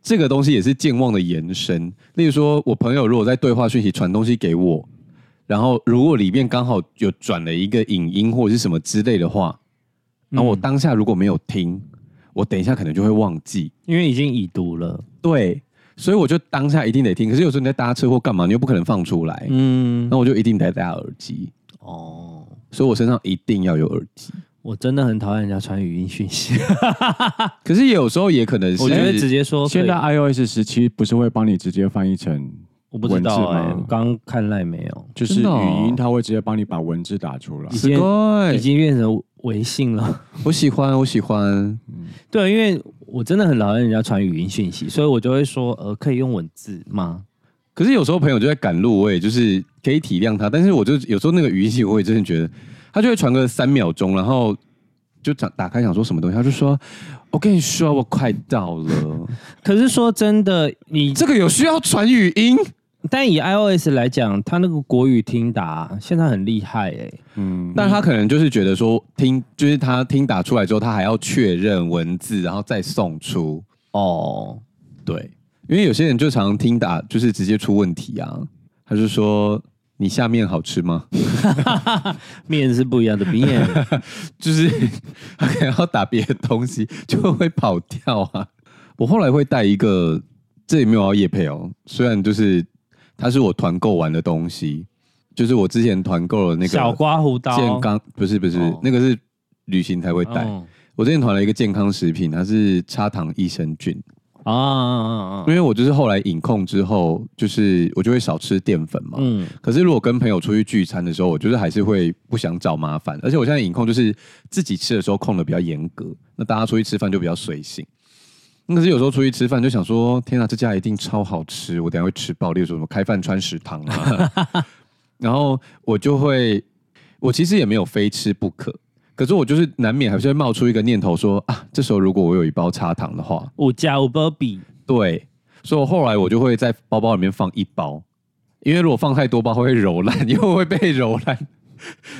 A: 这个东西也是健忘的延伸。例如说，我朋友如果在对话讯息传东西给我，然后如果里面刚好有转了一个影音或者是什么之类的话，然后我当下如果没有听，我等一下可能就会忘记。
B: 因为已经已读了。
A: 对，所以我就当下一定得听。可是有时候你在搭车或干嘛，你又不可能放出来，
B: 嗯，
A: 那我就一定得戴耳机。
B: 哦，
A: 所以我身上一定要有耳机。
B: 我真的很讨厌人家传语音讯息，
A: 可是有时候也可能是，
B: 我觉得直接说可以
C: 现在 iOS 十七不是会帮你直接翻译成，
B: 我不知道
C: 文
B: 哎、
C: 字
B: 我
C: 吗
B: 刚看赖没有，
C: 就是
A: 真的哦
C: 语音，它会直接帮你把文字打出来
B: 已。
A: 是
B: 经已
A: 对，
B: 经变成微信了。
A: 我喜欢，我喜欢。
B: 对，因为我真的很讨厌人家传语音讯息，所以我就会说，呃，可以用文字吗？
A: 可是有时候朋友就在赶路，我也就是可以体谅他，但是我就有时候那个语气，我也真的觉得他就会传个三秒钟，然后就打打开想说什么东西，他就说：“我跟你说，我快到了。
B: 可是说真的，你”
A: 这个有需要传语音？
B: 但以 iOS 来讲，它那个国语听打现在很厉害哎、
C: 嗯，
A: 但他可能就是觉得说听，就是他听打出来之后，他还要确认文字，然后再送出。
B: 哦，
A: 对，因为有些人就常听打，就是直接出问题啊。他就说：“你下面好吃吗
B: 面是不 一样的面，？”
A: 就是 他可能要打别的东西，就会跑掉啊。我后来会带一个，这里没有要夜配哦，虽然就是它是我团购完的东西，就是我之前团购了那个
B: 小刮胡刀，
A: 健康，不是不是，
B: 哦
A: 那个是旅行才会带。
B: 嗯
A: 我之前团了一个健康食品，它是插糖益生菌，
B: 啊啊啊啊
A: 因！为我就是后来饮控之后，就是我就会少吃淀粉嘛。
B: 嗯，
A: 可是如果跟朋友出去聚餐的时候，我就是还是会不想找麻烦，而且我现在饮控就是自己吃的时候控的比较严格，那大家出去吃饭就比较随性。可是有时候出去吃饭就想说，天啊，这家一定超好吃，我等一下会吃爆，例如说什么开饭川食堂啊，然后我就会，我其实也没有非吃不可，可是我就是难免还是会冒出一个念头说啊，这时候如果我有一包砂糖的话，
B: 五加五波比，
A: 对，所以我后来我就会在包包里面放一包，因为如果放太多包会揉烂，因为我会被揉烂。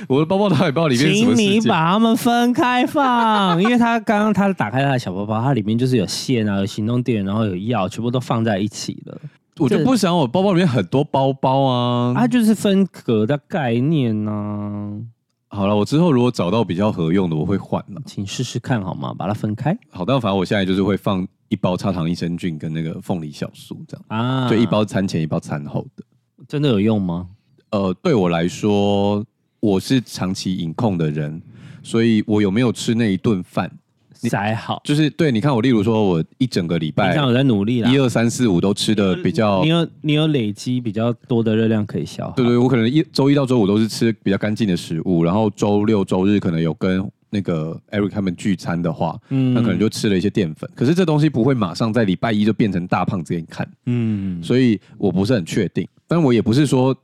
A: 我的包包到底包里面是什么
B: 请
A: 事
B: 你
A: 情？
B: 把它们分开放，因为他刚刚他打开他的小包包，它里面就是有线啊，有行动电源，然后有药，全部都放在一起了。
A: 我就不想我包包里面很多包包啊。
B: 它就是分隔的概念呢、啊，
A: 好了，我之后如果找到比较合用的，我会换了。
B: 请试试看好吗？把它分开
A: 好，但反正我现在就是会放一包砂糖益生菌跟那个凤梨酵素这样，
B: 啊，
A: 就一包餐前一包餐后的。
B: 真的有用吗？
A: 呃，对我来说，我是长期饮控的人，所以我有没有吃那一顿饭，
B: 塞好，
A: 就是对你看我，例如说我一整个礼
B: 平
A: 拜
B: 常有在努力啦
A: 一。二三四五都吃的比较
B: 嗯你，有你有累积比较多的热量可以消耗，
A: 对对，我可能一周一到周五都是吃比较干净的食物，然后周六周日可能有跟那个 Eric 他们聚餐的话，
B: 嗯
A: 那可能就吃了一些淀粉。可是这东西不会马上在礼拜一就变成大胖子给你看，
B: 嗯，
A: 所以我不是很确定。但我也不是说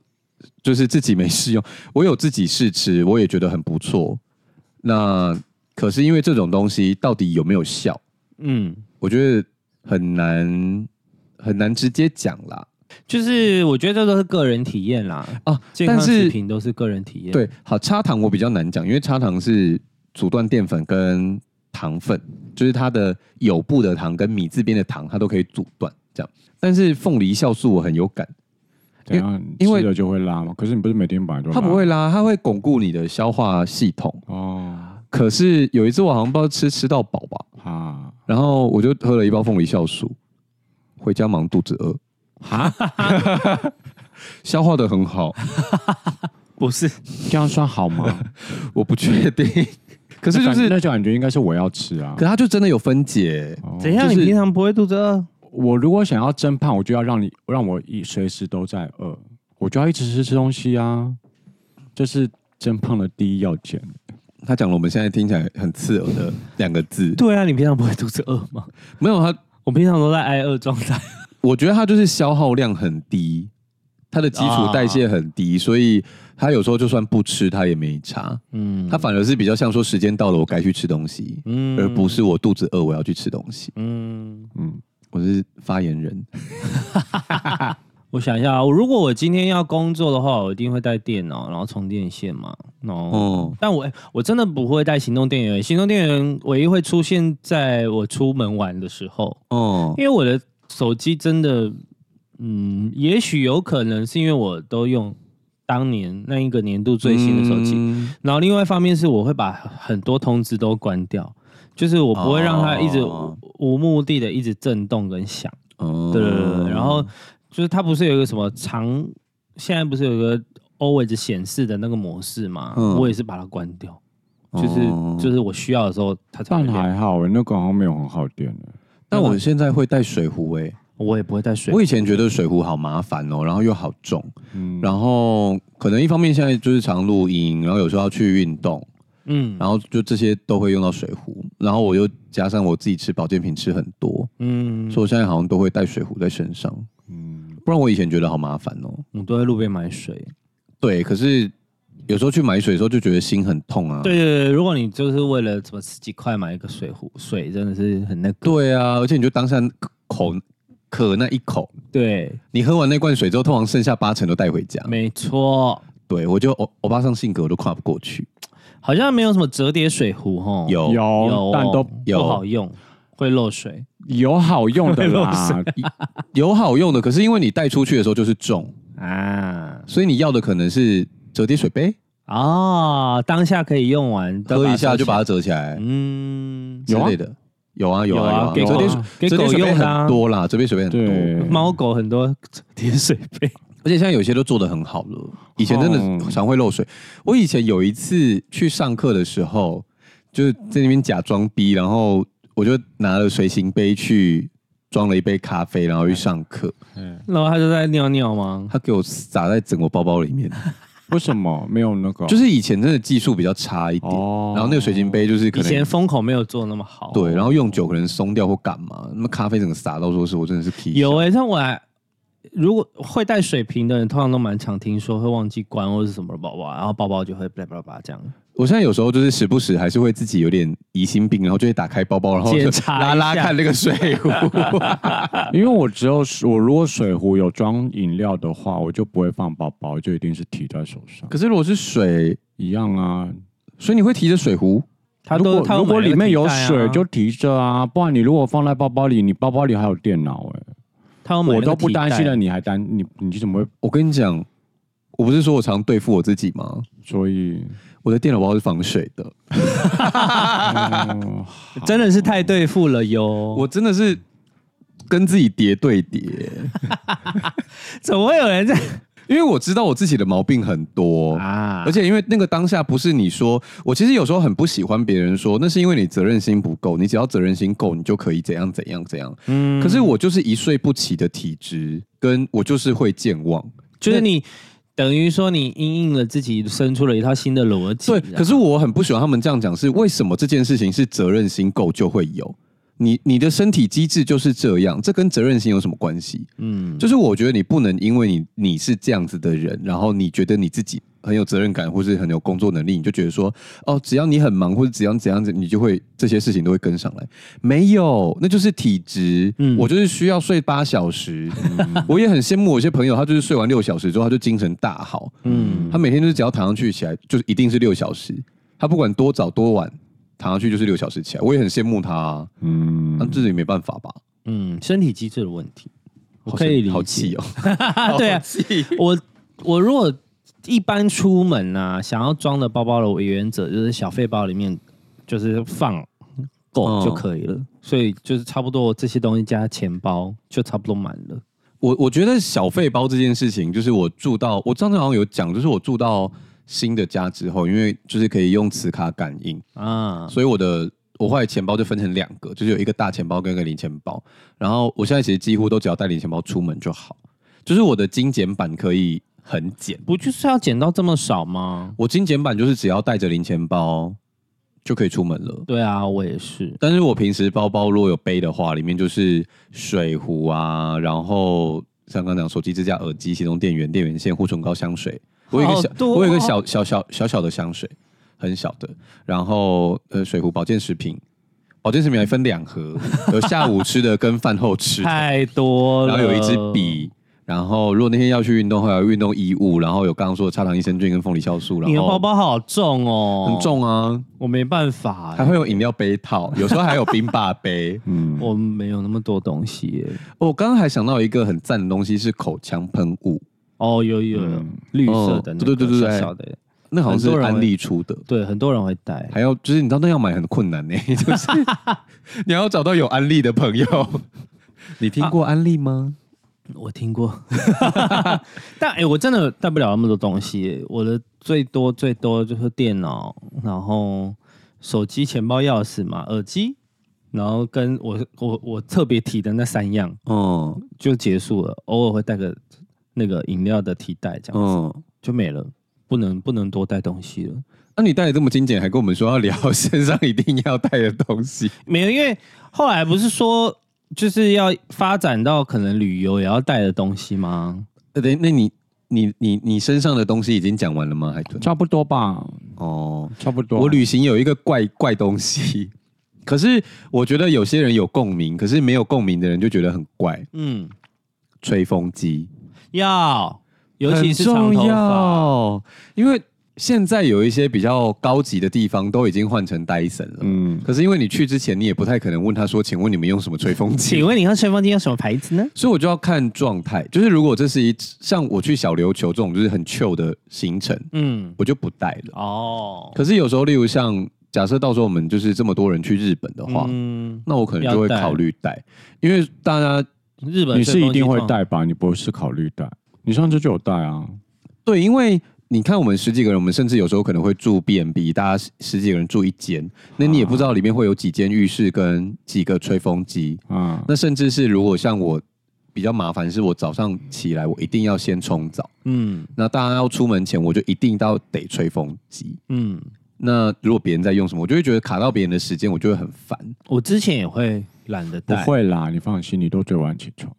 A: 就是自己没试用， 我有自己试吃，我也觉得很不错。那可是因为这种东西到底有没有效？
B: 嗯，
A: 我觉得很难很难直接讲啦。
B: 就是我觉得这都是个人体验啦，
A: 啊，
B: 健
A: 但
B: 康食
A: 是
B: 品都是个人体验，
A: 对，好，插糖我比较难讲，因为插糖是阻断淀粉跟糖分，就是它的有布的糖跟米字边的糖，它都可以阻断这样。但是凤梨酵素我很有感，
C: 怎样？
A: 因为
C: 吃了就会拉嘛。可是你不是每天本来就拉
A: 它不会拉，它会巩固你的消化系统。
C: 哦
A: 可是有一次我好像不知道吃吃到饱吧，
C: 啊，
A: 然后我就喝了一包凤梨酵素，回家忙肚子饿，
B: 啊，
A: 消化的很好，
B: 不是
C: 这样算好 吗？
A: 我不确定。可是就
C: 那感
A: 是，
C: 那感觉应该是我要吃啊
A: 可。它就真的有分解。
C: 哦
B: 怎样？
A: 就是
B: 你平常不会肚子饿？
C: 我如果想要增胖，我就要让你让我一随时都在饿，我就要一直吃吃东西啊，这是增胖的第一要件。
A: 他讲了我们现在听起来很刺耳的两个字，
B: 对啊，你平常不会肚子饿吗？
A: 没有他，
B: 我平常都在挨饿状态。
A: 我觉得他就是消耗量很低，他的基础代谢很
B: 啊
A: 低，所以他有时候就算不吃他也没差，
B: 嗯
A: 他反而是比较像说时间到了我该去吃东西，
B: 嗯
A: 而不是我肚子饿我要去吃东西。
B: 嗯，
C: 嗯，
A: 我是发言人，
B: 我想一下啊，如果我今天要工作的话，我一定会带电脑，然后充电线嘛，然后。
A: 哦，
B: 但我哎我真的不会带行动电源，行动电源唯一会出现在我出门玩的时候，
A: 哦，
B: 因为我的手机真的，嗯，也许有可能是因为我都用当年那一个年度最新的手机，
A: 嗯
B: 然后另外一方面是我会把很多通知都关掉，就是我不会让它一直
A: 哦
B: 无无目的的一直震动跟响。
A: 哦
B: 对对对对，然后就是它不是有一个什么长，现在不是有一个 always 显示的那个模式嘛？
A: 嗯
B: 我也是把它关掉，就是、
A: 哦
B: 就是我需要的时候它才会
C: 但
B: 亮。
C: 还好，那个好像没有很好点的。
A: 但我现在会带水壶欸诶、
B: 我也不会带水
A: 我。以前觉得水壶好麻烦哦，然后又好重，
C: 嗯，
A: 然后可能一方面现在就是常录音，然后有时候要去运动，
B: 嗯
A: 然后就这些都会用到水壶，然后我又加上我自己吃保健品吃很多，
B: 嗯，
A: 所以我现在好像都会带水壶在身上，
C: 嗯，
A: 不然我以前觉得好麻烦哦。
B: 我都在路边买水。
A: 对，可是有时候去买水的时候就觉得心很痛啊。
B: 对对对，如果你就是为了什么十几块买一个水壶，水真的是很那个。
A: 对啊，而且你就当下口渴那一口，
B: 对，
A: 你喝完那罐水之后，通常剩下八成都带回家。
B: 没错，
A: 对我就欧欧巴桑性格我都跨不过去，
B: 好像没有什么折叠水壶哦。
A: 有
C: 有，
B: 有，
C: 但都
A: 有
B: 不好用，会漏水。
C: 有好 用的啦。
A: 有好用的，可是因为你带出去的时候就是重，
B: 啊
A: 所以你要的可能是折叠水杯，
B: 哦，当下可以用完，再
A: 喝一下就把它
B: 它
A: 折起
B: 收
A: 来
B: 起来嗯，
A: 之
C: 有啊
A: 类的。有啊有
B: 有啊
A: 啊
B: 给
A: 有啊，折叠
C: 狗
A: 水
B: 给
A: 折叠
B: 狗
A: 水杯
B: 用的啊
A: 很多啦，折叠水杯很多，
C: 对，
B: 猫狗很多折叠水杯，
A: 而且现在有些都做的很好了，以前真的
C: 哦
A: 常会漏水。我以前有一次去上课的时候，就是在那边假装逼，然后我就拿了随行杯去装了一杯咖啡，然后去上课，
B: 然后它就在尿尿吗？
A: 他给我撒在整个包包里面。
C: 为什么没有那个？
A: 就是以前真的技术比较差一点，
C: 哦
A: 然后那个水晶杯就是可
B: 以前
A: 能
B: 风口没有做那么好，
A: 对，然后用久可能松掉或干嘛，那么咖啡整个洒到说是我真的是 key
B: 有哎、像我还如果会带水瓶的人，通常都蛮常听说会忘记关或是什么包包，然后包包就会叭叭叭这样。
A: 我现在有时候就是时不时还是会自己有点疑心病，然后就会打开包包，然后就
B: 检查一
A: 拉
B: 下
A: 拉看那个水 壶。
C: 因为我只有我如果水壶有装饮料的话，我就不会放包包，就一定是提在手上。
A: 可是如果是水，
C: 一样啊，
A: 所以你会提着水壶
B: 他
C: 如
B: 都
C: 果
B: 他
C: 如果里面有水就
B: 就
C: 提着啊，不然你如果放在包包里，你包包里还有电脑哎、
B: 他有买那
C: 我
B: 个
C: 都不
B: 提
C: 担心
B: 袋啊
C: 了，你还担你你怎么会？
A: 我跟你讲，我不是说我常对付我自己吗？
C: 所以，
A: 我的电脑包是防水的，
C: 哦好
B: 真的是太对付了哟。我
A: 我真的是跟自己叠对 叠，
B: 怎么会有人在
A: 因为我知道我自己的毛病很多
B: 啊
A: 而？且因为那个当下不是你说，我其实有时候很不喜欢别人说，那是因为你责任心不够，你只要责任心够，你就可以怎样怎样怎样。
B: 嗯
A: 可是我就是一睡不起的体质，跟我就是会健忘。
B: 就是你等于说你因应了自己生出了一套新的逻辑啊。
A: 对，可是我很不喜欢他们这样讲，是为什么这件事情是责任心够就会有？你你的身体机制就是这样，这跟责任心有什么关系？
B: 嗯，
A: 就是我觉得你不能因为你你是这样子的人，然后你觉得你自己很有责任感或是很有工作能力，你就觉得说哦，只要你很忙或者怎样怎样子，你就会这些事情都会跟上来。没有，那就是体质。
B: 嗯
A: 我就是需要睡八小 时。我也很羡慕我一些朋友，他就是睡完六小时之后，他就精神大好。
B: 嗯
A: 他每天就是只要躺上去起来，就是一定是六小时。他不管多早多晚，躺上去就是六小时起来。我也很羡慕他、啊，
C: 嗯
A: 那、，这也没办法吧？
B: 嗯，身体机制的问题，我
A: 好
B: 可以
A: 生
B: 理解。
A: 好气哦，
B: 啊，对啊，我我如果一般出门啊，想要装的包包的，我原则就是小费包里面就是放够
A: 嗯
B: 就可以了，所以就是差不多这些东西加钱包就差不多满了。
A: 我我觉得小费包这件事情，就是我住到我上次好像有讲，就是我住到新的家之后，因为就是可以用磁卡感应，
B: 啊，
A: 所以我的我后来钱包就分成两个，就是有一个大钱包跟一个零钱包。然后我现在其实几乎都只要带零钱包出门就好，就是我的精简版可以很简。
B: 不就是要减到这么少吗？
A: 我精简版就是只要带着零钱包，就可以出门了。
B: 对啊，我也是。
A: 但是我平时包包如果有背的话，里面就是水壶啊，然后像刚刚讲手机支架、耳机、行动电源、电源线、护唇膏、香水。我有一个小，
B: 好多哦
A: 我有一个小小小小小的香水，很小的。然后呃，水壶、保健食品，保健食品还分两盒，有下午吃的跟饭后吃的。
B: 太多 了，
A: 然后有一支，笔，然后如果那天要去运动，会有运动衣物，然后有刚刚说的叉糖益生菌跟凤梨酵素，然后
B: 你的包包好重哦，
A: 很，重啊，
B: 我没办法
A: 还
B: 欸，
A: 会有饮料杯套，有时候还有冰霸杯。
C: 嗯，
B: 我没有那么多东西耶。
A: 哦我刚刚还想到一个很赞的东西，是口腔喷雾，
B: 哦，有有有
C: 嗯，
B: 绿色的那个，
A: 哦对对对对
B: 小小的，
A: 那好像是
B: 很多人会
A: 安利出的。
B: 对，很多人会带。
A: 还要就是你知道那要买很困难呢、 就是你要找到有安利的朋友。 啊你听过安利吗？
B: 我听过， 但哎、我真的带不了那么多东西耶。我的最多最多就是电脑，然后手机、钱包、钥匙嘛，耳机，然后跟我我我特别提的那三样
A: 嗯
B: 就结束了。偶尔会带个那个饮料的提袋，这样子、
A: 嗯，
B: 就没了。不能不能多带东西了，
A: 那、你带的这么精简，还跟我们说要聊 身上一定要带的东西。
B: 没有，因为后来不是说就是要发展到可能旅游也要带的东西吗？
A: 呃，等一那你你你你身上的东西已经讲完了吗？海豚
C: 差不多吧，
A: 哦，
C: 差不多。
A: 我旅行有一个怪怪东西，可是我觉得有些人有共鸣，可是没有共鸣的人就觉得很怪。
B: 嗯，
A: 吹风机，
B: 要，尤其是
A: 很
B: 长头
A: 重
B: 发。
A: 要，因为现在有一些比较高级的地方都已经换成戴森了。
C: 嗯，
A: 可是因为你去之前，你也不太可能问他说：“请问你们用什么吹风机？”
B: 请问你和吹风机用什么牌子呢？
A: 所以我就要看状态，就是如果这是一像我去小琉球这种就是很 chill 的行程，
B: 嗯，
A: 我就不带了。
B: 哦，
A: 可是有时候，例如像假设到时候我们就是这么多人去日本的话，
B: 嗯，
A: 那我可能就会
B: 要带
A: 考虑带，因为大家
B: 日本
C: 你是
B: 吹风
C: 一
B: 机
C: 定会
B: 通
C: 带吧？你不是考虑带？你上次就有带啊？
A: 对，因为你看我们十几个人，我们甚至有时候可能会住 B N B，大家十几个人住一间，那你也不知道里面会有几间浴室跟几个吹风机，
C: 啊，
A: 那甚至是如果像我比较麻烦，是我早上起来我一定要先冲澡，
B: 嗯
A: 那大家要出门前我就一定到得吹风机。
B: 嗯，
A: 那如果别人在用什么，我就会觉得卡到别人的时间，我就会很烦。
B: 我之前也会懒得
C: 不
B: 带，
C: 会啦，你放心，你都最晚起床。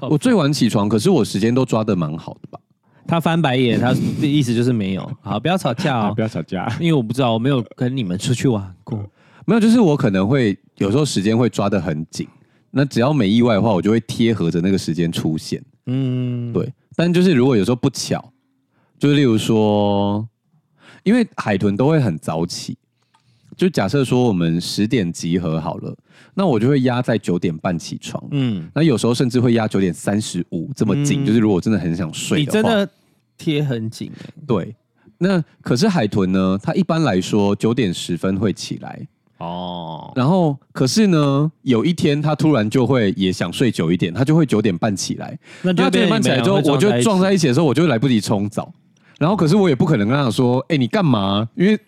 B: 哦
A: 我最晚起床，可是我时间都抓得蛮好的吧？
B: 他翻白眼，他的意思就是没有。好，不要吵架
C: 啊，
B: 哦
C: 不，要吵架。
B: 因为我不知道，我没有跟你们出去玩过。
A: 没有，就是我可能会有时候时间会抓得很紧，那只要没意外的话，我就会贴合着那个时间出现。
B: 嗯，
A: 对，但就是如果有时候不巧，就是例如说，因为海豚都会很早起，就假设说我们十点集合好了，那我就会压在九点半起床。
B: 嗯，
A: 那有时候甚至会压九点三十五这么紧，
B: 嗯
A: 就是如果我真的很想睡
B: 你
A: 的话，
B: 真的贴很紧欸
A: 对。那可是海豚呢？它一般来说九点十分会起来，
B: 哦，
A: 然后，可是呢，有一天他突然就会也想睡久一点，他就会九点半起来。
B: 那
A: 那
B: 就
A: 九点半起来之后，我就撞在一起的时候，我就来不及冲澡。然后，可是我也不可能跟他说：“哎、你干嘛？”因为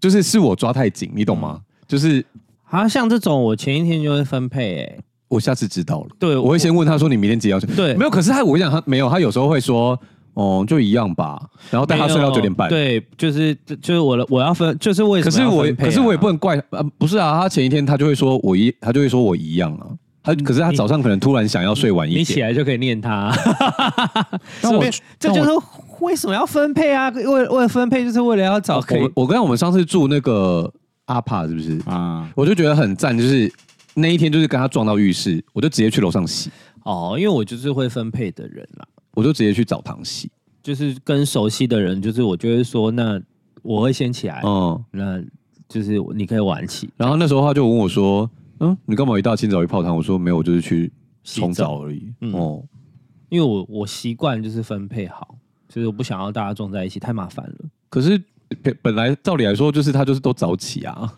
A: 就是是我抓太紧，你懂
B: 嗯
A: 吗？就是
B: 啊，像这种我前一天就会分配，哎，
A: 我下次知道了，
B: 对，
A: 我会先问他说：“你明天几点要睡？”
B: 对
A: 没有。可是他，我跟你讲，他没有，他有时候会说：“哦，就一样吧。”然后带他睡到九点半。。
B: 对，就是就是我的我要分，就是为
A: 可
B: 什
A: 是
B: 么要
A: 我也，
B: 分配啊、
A: 可是我也不能怪啊，不是啊，他前一天他就会说我一，他就会说我一样啊。他可是他早上可能突然想要睡晚一点，
B: 你起来就可以念他。
C: 但我
B: 所以这就是为什么要分配啊？为为了分配就是为了要哦找可以
A: 我我跟我们上次住那个阿帕是不是？
C: 啊，
A: 我就觉得很赞，就是那一天就是跟他撞到浴室，我就直接去楼上洗，
B: 哦，因为我就是会分配的人啦，
A: 我就直接去澡堂洗。
B: 就是跟熟悉的人，就是我就会说，那我会先起来，
A: 嗯，
B: 那就是你可以晚起
A: 然后那时候他就问我说：“嗯，你干嘛一大清早去泡汤？”我说：“没有，我就是去
B: 洗
A: 冲澡而已。”
B: 嗯
A: 哦，
B: 因为我我习惯就是分配好，就是我不想要大家撞在一起，太麻烦了。
A: 可是本本来照理来说，就是他就是都早起啊，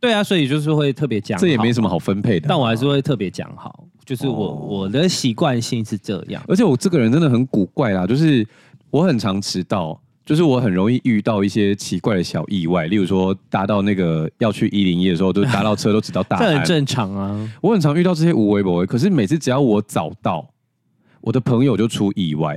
B: 对啊，所以就是会特别讲好，
A: 这也没什么好分配的。
B: 但我还是会特别讲好，就是我、
A: 哦
B: 我的习惯性是这样。
A: 而且我这个人真的很古怪啦，就是我很常迟到，就是我很容易遇到一些奇怪的小意外，例如说搭到那个要去一零一的时候，就搭到车都只到大
B: 这很
A: 安。
B: 正常啊。
A: 我很常遇到这些无微不微，可是每次只要我早到，我的朋友就出意外，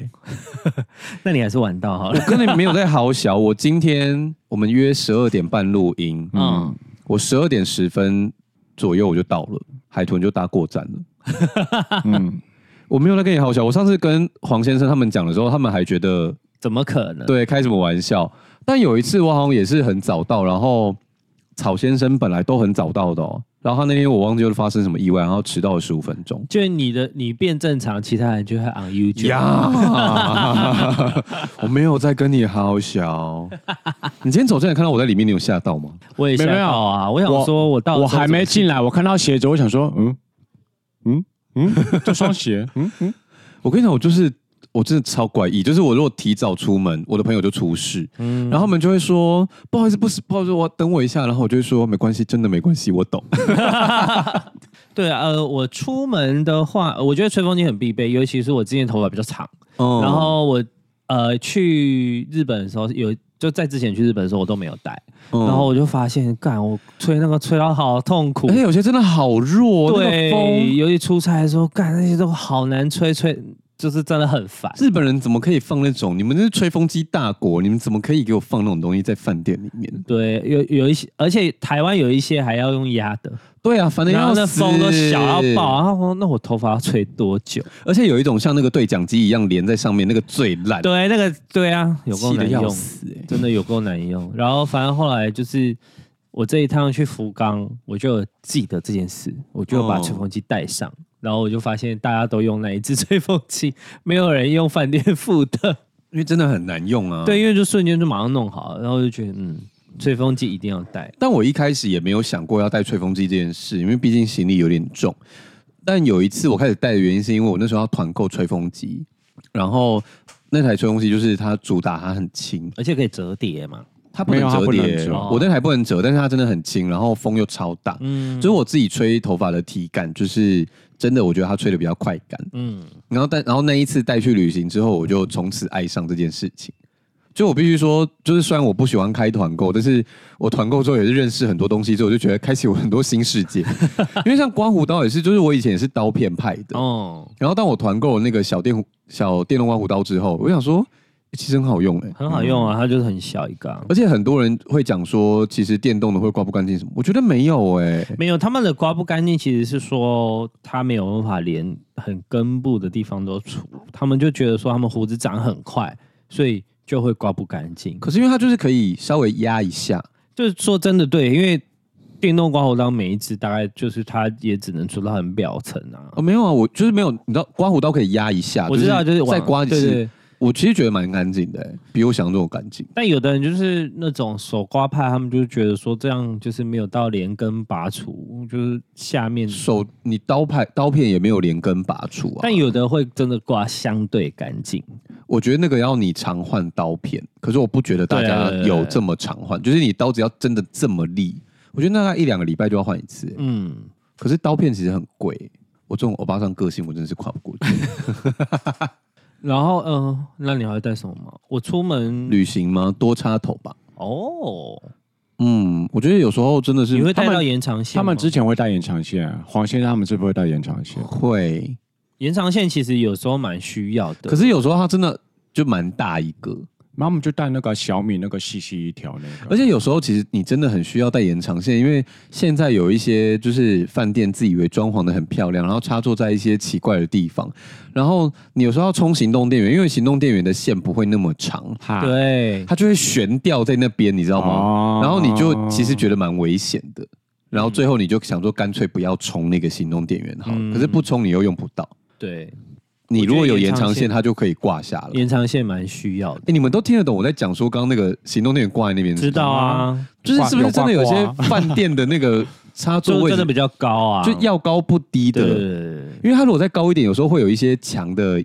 B: 那你还是晚到好 了。
A: 我跟你没有在好小。我今天我们约十二点半录音，
B: 嗯，
A: 我十二点十分左右我就到了，海豚就搭过站了。
C: 嗯，
A: 我没有在跟你好小，我上次跟黄先生他们讲的时候，他们还觉得
B: 怎么可能？
A: 对开什么玩笑。但有一次我好像也是很早到，然后草先生本来都很早到的哦，然后他那天我忘记又发生什么意外，然后迟到了十五分钟。
B: 就你的你变正常，其他人就会 on you
A: 呀！ 我没有在跟你好小。你今天走进来看到我在里面，你有吓到吗？
B: 我也吓
C: 没有没有
B: 到啊！我想
C: 我
B: 说，我到
C: 我还没进来，我看到鞋子，我想说，嗯嗯 嗯，这双鞋，嗯嗯，
A: 我跟你讲，我就是我真的超怪异，就是我如果提早出门，我的朋友就出事，
B: 嗯
A: 然后他们就会说不好意思，不是不好意思，我等我一下，然后我就会说没关系，真的没关系，我懂。
B: 对啊，呃，我出门的话，我觉得吹风机很必备，尤其是我之前头发比较长，
A: 嗯
B: 然后我呃去日本的时候有。就在之前去日本的时候，我都没有戴，
A: 嗯
B: 然后我就发现，干我吹那个吹到好痛苦
A: 而，哎且有些真的好弱，哦那个
B: 对，
A: 风，
B: 尤其出差的时候，干那些都好难吹，吹就是真的很烦。
A: 日本人怎么可以放那种？你们这是吹风机大国，你们怎么可以给我放那种东西在饭店里面？
B: 对，有有一些，而且台湾有一些还要用压的，
A: 对啊，烦的
B: 然
A: 要
B: 后
A: 死，
B: 那风都小到爆，然后我说那我头发要吹多久？
A: 而且有一种像那个对讲机一样连在上面，那个最烂，
B: 对，那个对啊，有够
A: 气的
B: 难
A: 要
B: 用，
A: 死、欸。
B: 真的有够难用。然后反正后来就是我这一趟去福冈，我就有记得这件事，我就把
A: 哦
B: 吹风机带上，然后我就发现大家都用那一只 吹风机，没有人用饭店付的。
A: 因为真的很难用啊。
B: 对，因为就瞬间就马上弄好了，然后就觉得嗯，吹风机一定要带。
A: 但我一开始也没有想过要带吹风机这件事，因为毕竟行李有点重。但有一次我开始带的原因，是因为我那时候要团购吹风机，然后那台吹风机就是它主打它很轻，
B: 而且可以折叠嘛，
A: 它不能
C: 没有它
A: 折
C: 不能
A: 叠，
B: 哦
C: 折
A: 我那台不能折，但是它真的很轻，然后风又超大，
B: 嗯，
A: 就是我自己吹头发的体感，就是真的我觉得它吹的比较快感。
B: 嗯，
A: 然后但然后那一次带去旅行之后，我就从此爱上这件事情。就我必须说，就是虽然我不喜欢开团购，但是我团购之后也是认识很多东西，之后我就觉得开启我很多新世 界。因为像刮胡刀也是，就是我以前也是刀片派的，
B: 哦，
A: 然后当我团购那个小电小电动刮胡刀之后，我想说其实很好用哎、
B: 很好用啊，它就是很小一个啊、
A: 而且很多人会讲说，其实电动的会刮不干净什么，我觉得没有哎、
B: 没有，他们的刮不干净，其实是说他没有办法连很根部的地方都除，他们就觉得说他们胡子长很快，所以就会刮不干净。
A: 可是因为它就是可以稍微压一下，
B: 就是说真的对，因为电动刮胡刀每一只大概就是它也只能除到很表层啊。
A: 哦，没有啊，我就是没有，你知道刮胡刀可以压一下，
B: 我知道，啊就是
A: 再
B: 往
A: 刮一
B: 对
A: 次。
B: 对。嗯
A: 我其实觉得蛮干净的、欸比我想象中干净。
B: 但有的人就是那种手刮派，他们就觉得说这样就是没有到连根拔除，就是下面。
A: 手你刀派刀片也没有连根拔出啊，
B: 但有的会真的刮相对干净，
A: 我觉得那个要你常换刀片，可是我不觉得大家
B: 对啊
A: 有这么常换，就是你刀子要真的这么利，我觉得大概一两个礼拜就要换一次、欸
B: 嗯，
A: 可是刀片其实很贵、我这种欧巴桑个性，我真的是跨不过去。
B: 然后嗯、呃那你还会带什么吗？我出门
A: 旅行吗？多插头吧。
B: 哦，
A: 嗯，我觉得有时候真的是
B: 你会
A: 他
B: 带
A: 们
B: 到延长线吗？
C: 他们之前会带延长线，黄先生他们是不会带延长线，
A: 会，
B: 延长线其实有时候蛮需要的，
A: 可是有时候它真的就蛮大一个，
C: 然后我们就带那个小米那个细细一条那个，
A: 而且有时候其实你真的很需要带延长线，因为现在有一些就是饭店自以为装潢的很漂亮，然后插座在一些奇怪的地方，然后你有时候要充行动电源，因为行动电源的线不会那么长，
C: 哈，
B: 对，
A: 它就会悬吊在那边，你知道吗？
C: 哦
A: 然后你就其实觉得蛮危险的，然后最后你就想说干脆不要充那个行动电源好了，
B: 嗯
A: 可是不充你又用不到，
B: 对，
A: 你如果有延
B: 我
A: 长
B: 觉得延长线
A: 线，它就可以挂下了。
B: 延长线蛮需要的，
A: 哎、你们都听得懂我在讲说刚刚那个行动电源挂在那边是不
B: 知
A: 是，
B: 道啊，
A: 就是是不是真的有些
C: 挂
A: 饭店的那个插座
B: 就
A: 位
B: 真的
A: 置
B: 比较高啊，
A: 就要高不低
B: 对
A: 的，因为它如果再高一点，有时候会有一些墙的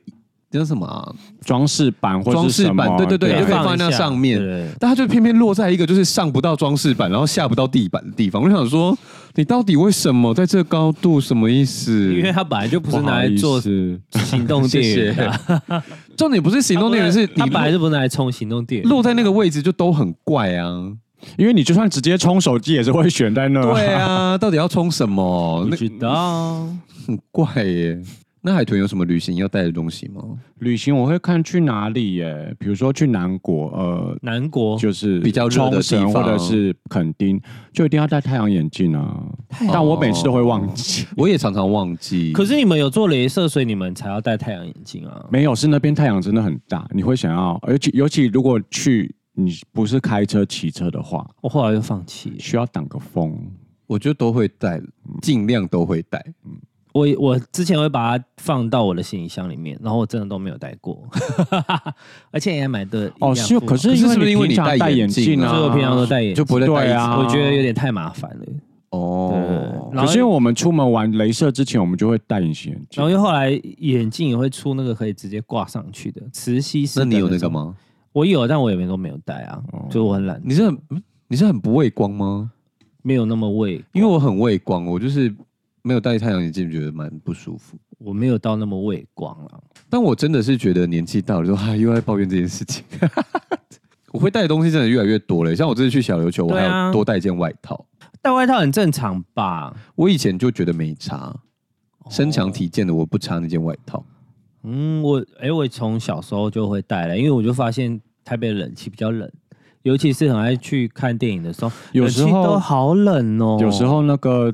A: 那叫什么啊
C: 装饰板或者
A: 装饰板，对对对，
B: 对
A: 就可以
B: 放一
A: 放在那
B: 下
A: 上面。
B: 对
A: 但它就偏偏落在一个就是上不到装饰板，然后下不到地板的地方。我就想说，你到底为什么在这个高度？什么意思？
B: 因为它本来就不是拿来做
C: 是
B: 行动 电源的啊，
A: 重点不是行动电源，是你
B: 它本来就不是拿来充行动电源。
A: 落在那个位置就都很怪啊。
C: 因为你就算直接充手机也是会 选在那。
A: 对啊，到底要充什么？
B: 不
A: 那
B: 知道，
A: 很怪耶。那海豚有什么旅行要带的东西 吗？
C: 旅行我会看去哪里耶，比如说去南国，呃，
B: 南国
C: 就是
A: 哦比较热
C: 冲
A: 的地
C: 绳
A: 方
C: 或者是垦丁，就一定要戴太阳眼镜啊。但
A: 哦
C: 我每次都会忘记，
A: 我也常常忘记。
B: 可是你们有做镭射，所以你们才要戴太阳眼镜啊。
C: 没有是那边太阳真的很大，你会想要，尤其尤其如果去你不是开车骑车的话，
B: 我后来就放弃了。
C: 需要挡个风。
A: 我就都会带，
B: 嗯
A: 尽量都会带。
B: 我我之前会把它放到我的行李箱里面，然后我真的都没有戴过，而且也买的
C: 哦，是，可是
A: 可是
C: 因
A: 是不
C: 为
A: 是因为
C: 平
A: 你
C: 常
A: 戴
C: 戴
A: 眼
C: 眼
A: 镜
C: 镜
A: 啊
C: 啊，
B: 所以我平常都戴眼镜，
A: 就不会戴
C: 对
A: 眼
C: 啊，
B: 我觉得有点太麻烦了。
A: 哦，
B: 然后
C: 可是因为我们出门玩镭射之前，我们就会戴隐形眼
B: 然
C: 镜。
B: 后又后来眼镜也会出那个可以直接挂上去的磁吸式。
A: 那你有那个？吗？
B: 我有，但我也没都没有戴啊，
C: 哦
B: 就我很懒，
A: 你是很嗯你是很不畏光
B: 哦
A: 吗？
B: 没有那么畏，
A: 因为我很畏光，我就是没有戴太阳眼镜，觉得蛮不舒服。
B: 我没有到那么畏光啊了。
A: 但我真的是觉得年纪到了，之后 还又在抱怨这件事情。 我会带的东西真的越来越多了，像我这次去小琉球，我还
B: 对啊
A: 有多带一件外套。
B: 戴外套很正常吧？
A: 我以前就觉得没差，
B: 哦
A: 身强体健的我不差那件外套。
B: 嗯，我哎、我从小时候就会戴了，因为我就发现台北冷气比较冷，尤其是很爱去看电影的时候，
C: 有时候
B: 冷气都好冷哦、
C: 有时候那个，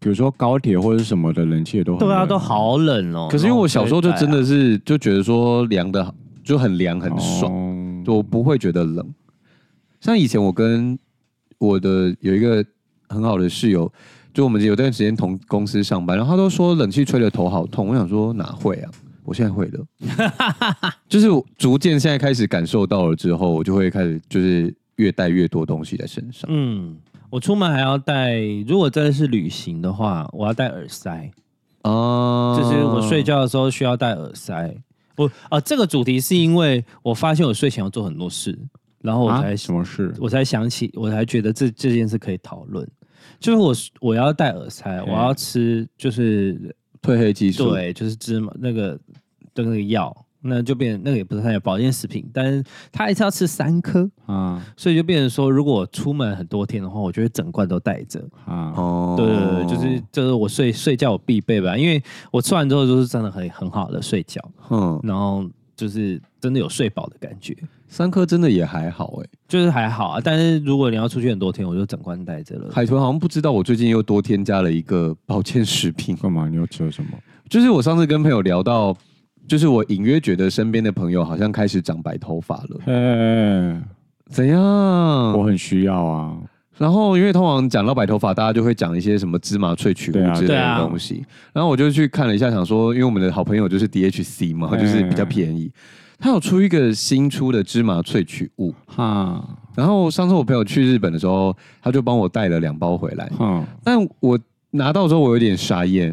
C: 比如说高铁或者是什么的，冷气也都很
B: 对啊，
C: 冷
B: 都好冷哦、
A: 可是因为我小时候就真的是就觉得说凉的就很凉
B: 哦
A: 很爽，
C: 爽
A: 我不会觉得冷。像以前我跟我的有一个很好的室友，就我们有段时间同公司上班，然后他都说冷气吹的头好痛。我想说哪会啊？我现在会了， 就是我逐渐现在开始感受到了之后，我就会开始就是越带越多东西在身上。
B: 嗯，我出门还要带，如果真的是旅行的话，我要戴耳塞，
A: 啊，
B: 就是我睡觉的时候需要戴耳塞。我啊、这个主题是因为我发现我睡前要做很多事，然后我才、
C: 啊什么事？
B: 我才想起，我才觉得这这件事可以讨论。就是我我要戴耳塞，我要吃就是
A: 褪黑激素，
B: 对，就是芝麻那个那个药，那就变那个也不是太保健食品，但是它一次要吃三颗，
C: 啊
B: 所以就变成说，如果我出门很多天的话，我就会整罐都带着。
C: 啊，
A: 哦，
B: 对对对，就是就是我睡睡觉我必备吧，因为我吃完之后就是真的很很好的睡觉，
A: 嗯，
B: 然后就是真的有睡饱的感觉，
A: 三颗真的也还好哎、
B: 就是还好啊。但是如果你要出去很多天，我就整罐带着了。
A: 海豚好像不知道我最近又多添加了一个保健食品，
C: 干嘛？你又吃了什么？
A: 就是我上次跟朋友聊到，就是我隐约觉得身边的朋友好像开始长白头发了，
C: 嘿，
A: 怎样？
C: 我很需要啊。
A: 然后因为通常讲到白头发，大家就会讲一些什么芝麻萃取
C: 对啊
A: 物之类
B: 对
A: 的
B: 啊
A: 东西，然后我就去看了一下，想说，因为我们的好朋友就是 DHC 嘛，
C: 嗯
A: 就是比较便宜，它有出一个新出的芝麻萃取物。
C: 哈，
A: 然后上次我朋友去日本的时候，他就帮我带了两包回来，
C: 哼，
A: 但我拿到之后，我有点傻眼，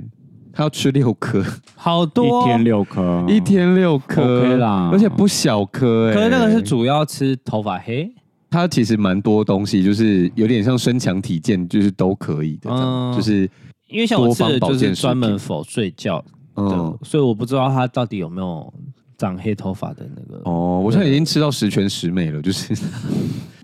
A: 他要吃六颗，
B: 好多
C: 一
B: 哦
C: 天六颗，
A: 一天六颗
C: OK 啦
A: 而且不小颗哎、
B: 可是那个是主要吃头发黑，
A: 它其实蛮多东西，就是有点像身强体健，就是都可以的这样，
B: 嗯
A: 就是
B: 因为像我吃的
A: 多方保
B: 就
A: 健
B: 是
A: 食
B: 专门
A: 品
B: 否睡觉的，
A: 嗯。
B: 所以我不知道它到底有没有长黑头发的那个。
A: 哦，我现在已经吃到十全十美了，就是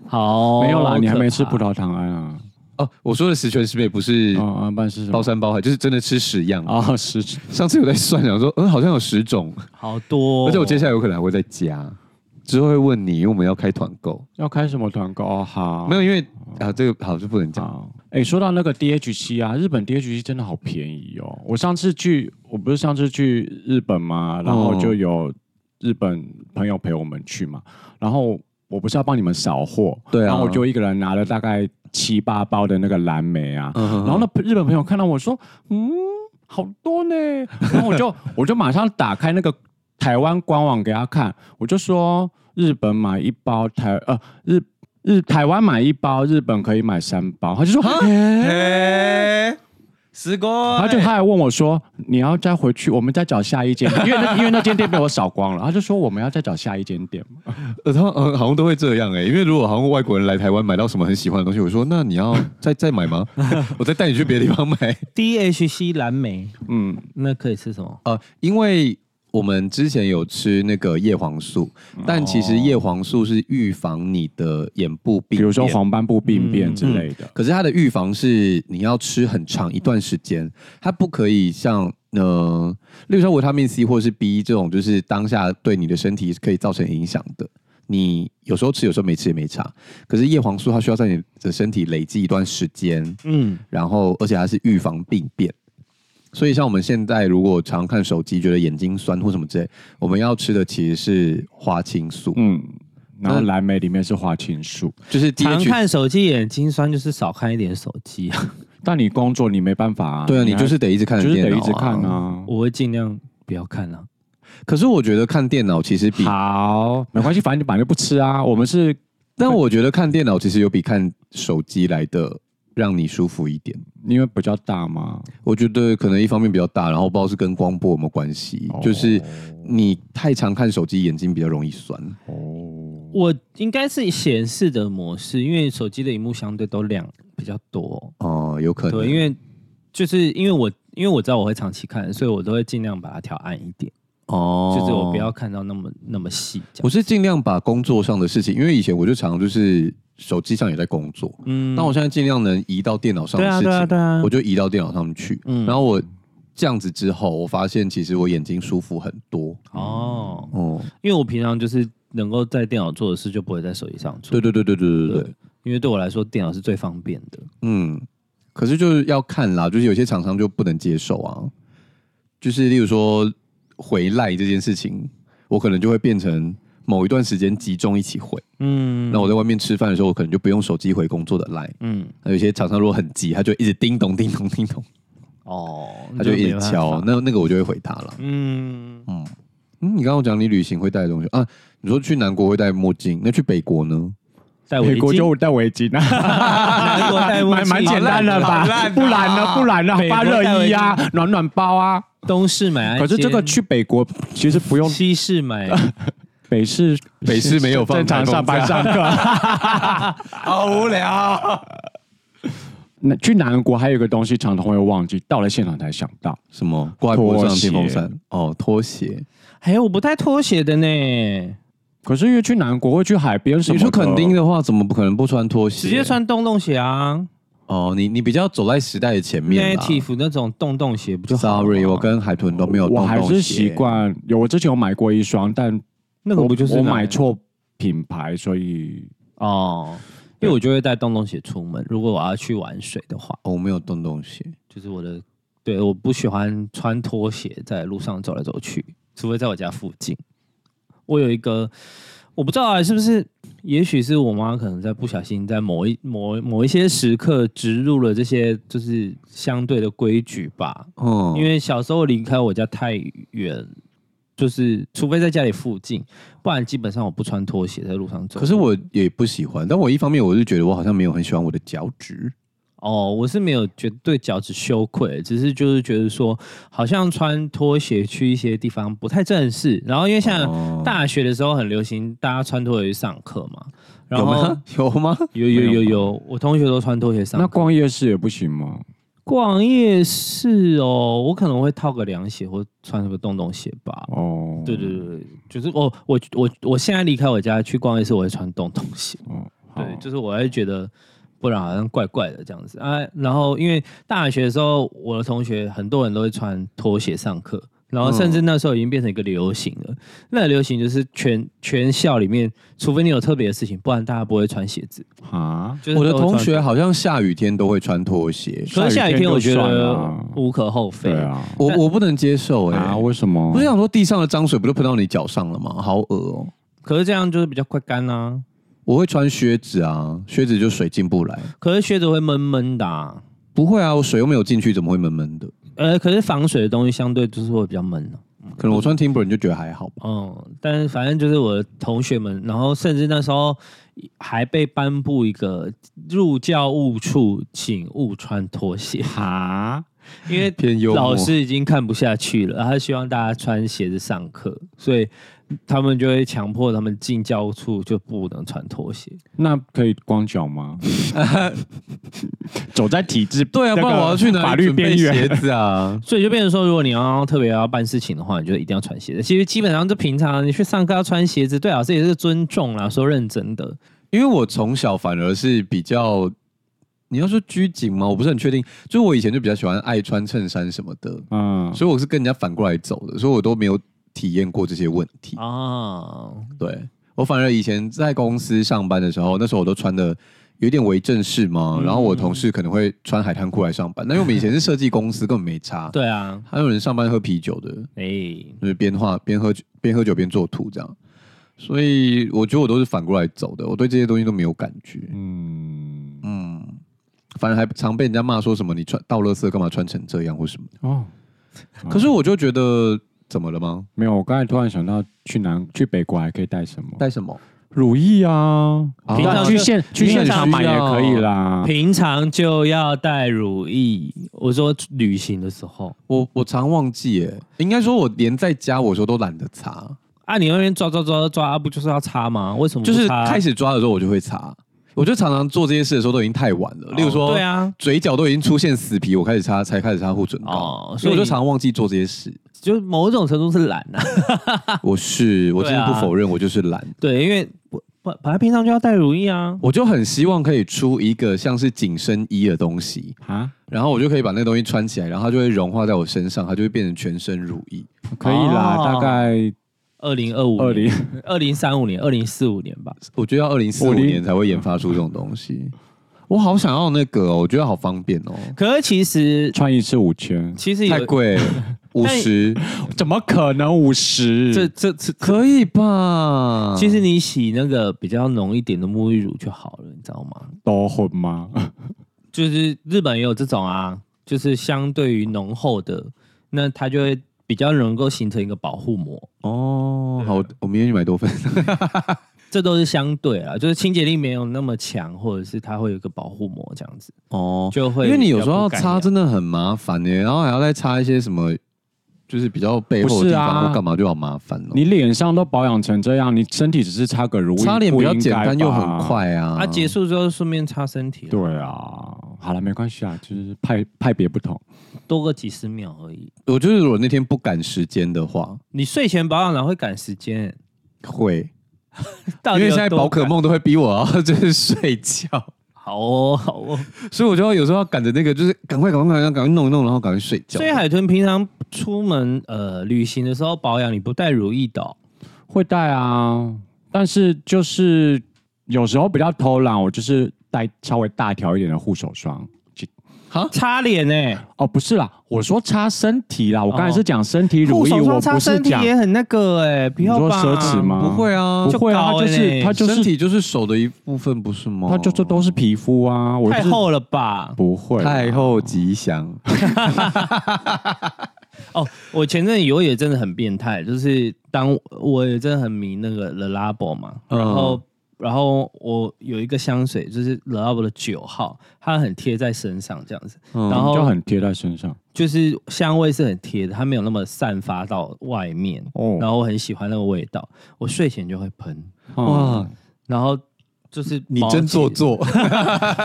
B: 好，
C: 没有啦，你还没吃
B: 不
C: 葡萄糖胺啊？
A: 哦，我说的十全十美不是
B: 哦
C: 啊啊，不然是什
A: 包
C: 么？
A: 山包海，就是真的吃十样。
C: 啊，是
A: 上次有在算，想说，嗯，好像有十种，
B: 好多哦、
A: 而且我接下来有可能还会再加，之后会问你，因为我们要开团购，
C: 要开什么团购？哦，好，
A: 没
C: 有
A: 有，因为啊，这个好就不能讲。
C: 好。哎，说到那个 DHC 啊，日本 DHC 真的好便宜哦。我上次去，我不是上次去日本嘛，然后
A: 嗯
C: 就有日本朋友陪我们去嘛，然后。我不是要帮你们扫货，
A: 对啊
C: 然后我就一个人拿了大概七八包的那个蓝莓啊，
A: 嗯哼
C: 然后那日本朋友看到我说，嗯，好多呢，然后我就我就马上打开那个台湾官网给他看，我就说日本买一包台呃日日台湾买一包，日本可以买三包，他就说，
A: 啊嘿，十哥
C: 他就他还问我说：“你要再回去，我们再找下一间，因为那因为那间店被我扫光了。”他就说：“我们要再找下一间店。
A: 呃，他们呃好像都会这样哎、因为如果好像外国人来台湾买到什么很喜欢的东西，我说那你要再再买 吗？我再带你去别的地方买。
B: DHC 蓝莓，”
C: 嗯，
B: 那可以吃什么？
A: 呃，因为我们之前有吃那个叶黄素，但其实叶黄素是预防你的眼部病
C: 比
A: 变，
C: 如说黄斑部病变之类的。
A: 可是它的预防是你要吃很长一段时间，它不可以像呃，例如说维他命 C 或者是 B 这种，就是当下对你的身体可以造成影响的，你有时候吃，有时候没吃也没差。可是叶黄素它需要在你的身体累积一段时间，
B: 嗯，
A: 然后而且它是预防病变。所以，像我们现在如果常看手机，觉得眼睛酸或什么之类，我们要吃的其实是花青素，
C: 嗯，然后蓝莓里面是花青素，
A: 就是
B: 常
A: DHA
B: 看手机眼睛酸，就是少看一点手机啊。
C: 但你工作你没办法啊，
A: 对啊，你
C: 还
A: 就是得一直看着
C: 就是
A: 电脑、
C: 得一直看。啊。
A: 嗯
B: 我会尽量不要看了、
A: 可是我觉得看电脑其实比，
C: 好，没关系，反正你本来就不吃啊。我们是
A: 但我觉得看电脑其实有比看手机来的让你舒服一点。
C: 因为比较大嘛，
A: 我觉得可能一方面比较大，然后不知道是跟光波有没有关系，
B: 哦
A: 就是你太常看手机，眼睛比较容易酸。
B: 我应该是显示的模式，因为手机的荧幕相对都亮比较多。
A: 哦、有可能。
B: 对，因为就是因为我因为我知道我会长期看，所以我都会尽量把它调暗一点，
A: 哦
B: 就是我不要。看到那么那么细。这
A: 我
B: 样
A: 是尽量把工作上的事情，因为以前我就常就是手机上也在工作，
B: 嗯
A: 那、我现在尽量能移到电脑上的事情，
B: 啊
A: 我就移到电脑上面去。
B: 嗯
A: 然后我这样子之后，我发现其实我眼睛舒服很多。
B: 哦，
A: 哦，
B: 因为我平常就是能够在电脑做的事，就不会在手机上
A: 对
B: 做。
A: 对对对对对对，
B: 因为对我来说，电脑是最方便的。
A: 嗯，可是就是要看啦，就是有些厂商就不能接受啊，就是例如说回赖这件事情，我可能就会变成某一段时间集中一起回。
B: 嗯
A: 那我在外面吃饭的时候，我可能就不用手机回工作的赖。
B: 嗯
A: 那有些厂商如果很急，他就一直叮咚叮咚叮咚，
B: 哦，
A: 他就一
B: 没
A: 直
B: 办法
A: 敲。啊那那个我就会回他了。
B: 嗯，
A: 嗯，你刚刚讲你旅行会带的东西啊，你说去南国会带墨镜，那去北国 呢？哎
B: 戴围
C: 美国
B: 巾，
C: 就戴围巾 啊，
B: 南国 戴围
C: 蛮蛮
B: 巾
C: 简单的吧？
A: 啊
C: 不然呢？不然呢
B: 美？国
C: 发
B: 戴
C: 热
B: 围
C: 衣
B: 巾
C: 啊，暖暖包啊。
B: 东市买安
C: 可
B: 监，
C: 是这个去北国其实不用
B: 西 市买，
C: 北市，
A: 北市没有放
C: 正常上班上课。
A: 啊 好无聊，
C: 那去南国还有一个东西，常常会忘记，到了现场才想到。
A: 什么挂在脖子上的电风
C: 拖
A: 扇？哦，拖鞋。
B: 还有我不带拖鞋的呢，
C: 可是因为去南国会去海边什么
A: 你
C: 的，
A: 去垦丁的话，怎么不可能不穿拖鞋？
B: 直接穿洞洞鞋啊
A: 哦，你你比较走在时代的前面啦。
B: ，Native 哦那种洞洞鞋不就好了吗
A: Sorry，我跟海豚都没有洞
C: 我
A: 洞鞋
C: 还是习。惯有。我之前有买过一双，但
B: 那个不就是
C: 我我
B: 那
C: 买错品牌，所以
B: 哦，因为我就会带洞洞鞋出门，如果我要去玩水的话，
A: 哦，我没有洞洞鞋。
B: 就是我的，对，我不喜欢穿拖鞋在路上走来走去，除非在我家附近。我有一个，我不知道啊，是不是？也许是我妈可能在不小心在某一某某一些时刻植入了这些就是相对的规矩吧。
A: 哦，
B: 因为小时候离开我家太远，就是除非在家里附近，不然基本上我不穿拖鞋在路上走。
A: 可是我也不喜欢，但我一方面我是觉得我好像没有很喜欢我的脚趾。
B: 哦，我是没有觉得对脚趾羞愧，只是就是觉得说，好像穿拖鞋去一些地方不太正式。然后因为
A: 哦
B: 像大学的时候很流行大家穿拖鞋去上课嘛，然
A: 有
B: 后
A: 吗？有吗？
B: 有有有有，我同学都穿拖鞋上
C: 那
B: 课。
C: 逛夜市也不行吗？
B: 逛夜市哦，我可能会套个凉鞋或穿什么洞洞鞋吧。
C: 哦，
B: 对对对，对就是我我我我现在离开我家去逛夜市，我会穿洞洞鞋。
C: 哦，好
B: 对，就是我会觉得，不然好像怪怪的这样子啊。然后因为大学的时候，我的同学很多人都会穿拖鞋上课，然后甚至那时候已经变成一个流行了。那个流行就是全全校里面，除非你有特别的事情，不然大家不会穿鞋子。
C: 啊，
B: 就是
A: 我的
B: 都会穿
A: 同学，好像下雨天都会穿拖鞋，
B: 可是下雨天我觉
C: 下雨天就算
B: 得
C: 了
B: 无可厚非。
C: 对啊，
A: 我我不能接受哎、
C: 啊，为什么
A: 不是？想说地上的脏水不就喷到你脚上了吗？好恶哦、
B: 可是这样就是比较快干啊。
A: 我会穿靴子啊，靴子就水进不来。
B: 可是靴子会闷闷的、啊，
A: 不会啊，我水又没有进去，怎么会闷闷的？
B: 呃，可是防水的东西相对就是会比较闷啊
A: 可能我穿 Timber 你就觉得还好吧。
B: 嗯，但是反正就是我的同学们，然后甚至那时候还被颁布一个入教务处，请勿穿拖鞋，
C: 啊，
B: 因 为
A: 偏幽默
B: 老师已经看不下去了，他希望大家穿鞋子上课，所以他们就会强迫他们进教务处就不能穿拖鞋。
C: 那可以光 脚吗？走在体制
A: 对啊，
C: 那
A: 不
C: 个
A: 然我要去哪里
C: 法律
A: 准备
C: 边
A: 鞋
C: 缘？
A: 子啊？
B: 所以就变成说，如果你要特别要办事情的话，你就一定要穿鞋子。其实基本上就平常你去上课要穿鞋子，对老师也是尊重啦，说认真的。
A: 因为我从小反而是比较你要说拘谨吗？我不是很确定。就是我以前就比较喜欢爱穿衬衫什么的，
C: 嗯，
A: 所以我是跟人家反过来走的，所以我都没有体验过这些问
C: 啊
A: 题。
B: 哦，
A: 对我反而以前在公司上班的时候，那时候我都穿的有点为正式
C: 嗯
A: 嘛，然后我同事可能会穿海滩裤来上班，那因为我们以前是设计公 司，根本没差。，
B: 对啊，
A: 还有人上班喝啤酒的，
B: 哎、
A: 就是边画边喝酒边喝酒边做图这样。所以我觉得我都是反过来走的，我对这些东西都没有感觉。
C: 嗯，
A: 嗯，反正还常被人家骂说什么你穿倒垃圾干嘛穿成这样或什么的。
C: 哦，
B: 嗯
A: 可是我就觉得怎么了吗？
C: 没有，我刚才突然想到，去南去北国还可以带什么？
A: 带什么？
C: 乳液啊，
A: 啊
C: 对
B: 平常
C: 去
B: 就
C: 现去
B: 平
C: 现
B: 常
C: 场买
A: 需
C: 也
A: 要
C: 可以啦。
B: 平常就要带乳液。我说旅行的时候
A: 我我常忘记耶，应该说我连在家我说都懒得擦，
B: 啊，你那边抓抓抓抓，啊不就是要擦吗？为什么不
A: 就是
B: 擦
A: 开始抓的时候我就会擦。我就常常做这些事的时候都已经太晚了，例如说，
B: 对啊，
A: 嘴角都已经出现死皮，我开始擦才开始擦护唇膏，
B: 哦
A: 所以我
B: 所以
A: 就常忘记做这些事。
B: 就某种程度是懒 啊。
A: 我是我真的
B: 对啊
A: 不否认，我就是懒。
B: 对，因为我本本来平常就要带乳液啊。
A: 我就很希望可以出一个像是紧身衣的东西，
C: 啊，
A: 然后我就可以把那个东西穿起来，然后它就会融化在我身上，它就会变成全身乳液。
C: 可以啦，
B: 哦
C: 大概
B: 二零二五、
C: 二零、
B: 二零三五年、二零四五年吧。
A: 我觉得要二零四
C: 我
A: 五
C: 离
A: 年才会研发出这种东西。我好想要那个哦，我觉得好方便哦，
B: 可是其 实
C: 穿一次五千，
B: 其实
A: 太
B: 有
A: 贵，
B: 呃
A: 五十
C: 怎么可能五十？
B: 这这这
A: 可以吧？
C: 嗯
B: 其实你洗那个比较浓一点的沐浴乳就好了，你知道吗？
C: 多混吗？
B: 就是日本也有这种啊，就是相对于浓厚的，那它就会比较能够形成一个保护膜。
A: 哦，
B: 啊
A: 好，我明天去买多芬。
B: 这都是相对啊，就是清洁力没有那么强，或者是它会有一个保护膜这样子，
A: 哦，
B: 就会
A: 因为你有时候要
B: 比较不干
A: 擦
B: 痒
A: 真的很麻烦呢，然后还要再擦一些什么，就是比较背后
C: 不
A: 的
C: 是
A: 地
C: 啊
A: 方或干嘛就好麻烦哦。
C: 你脸上都保养成这样，你身体只是擦个乳液，
A: 擦脸比较简
C: 不
A: 单
C: 应该
A: 又
C: 吧
A: 很。快啊。
B: 啊，结束之后顺便擦身体了，
C: 对啊，好了，没关系啊，就是派派别不同。
B: 多个几十秒而已。
A: 我就是如果那天不赶时间的话，
B: 你睡前保养哪会赶时间？
A: 会，因
B: 到底
A: 为
B: 有
A: 现在
B: 多
A: 宝可
B: 赶
A: 梦都会逼我要 就是睡觉，
B: 好哦 好哦，
A: 所以我就要有时候要赶着那个，就是赶快赶快赶快赶快弄一弄，然后赶快睡觉。
B: 所以海豚平常出门呃旅行的时候保养，你不带乳液的哦、
C: 会带啊，但是就是有时候比较偷懒，我就是带稍微大条一点的护手霜。
B: 擦脸呢、欸
C: 哦，不是啦，我说擦身体啦，我刚才是讲身体乳
B: 护
C: 液，
B: 手
C: 我
B: 霜擦
C: 不是
B: 身体
C: 讲
B: 也很那个哎、不
C: 你
B: 要
C: 说
B: 吧？
C: 奢侈吗？
A: 不会啊，
C: 不会
B: 就
C: 啊，它
B: 高
C: 就
B: 了嘞
C: 是它就
A: 身
C: 是
A: 体就是手的一部分，不是吗？
C: 它就是都是皮肤啊，我就
B: 太
C: 是
B: 厚了吧？
C: 不会啦
A: 太后吉祥，
B: 哦，我前阵有也真的很变态，就是当我也真的很迷那个 The Labo 嘛，
A: 嗯
B: 然后、然后我有一个香水，就是 The Labo 的九号，它很贴在身上这样子，
A: 嗯
B: 然后
C: 就很贴在身上
B: 就是香味是很贴的，它没有那么散发到外面。
C: 哦
B: 然后我很喜欢那个味道，我睡前就会喷，
C: 嗯
A: 哇，
B: 然后就是
A: 你
B: 毛
A: 真
B: 起
A: 做，作。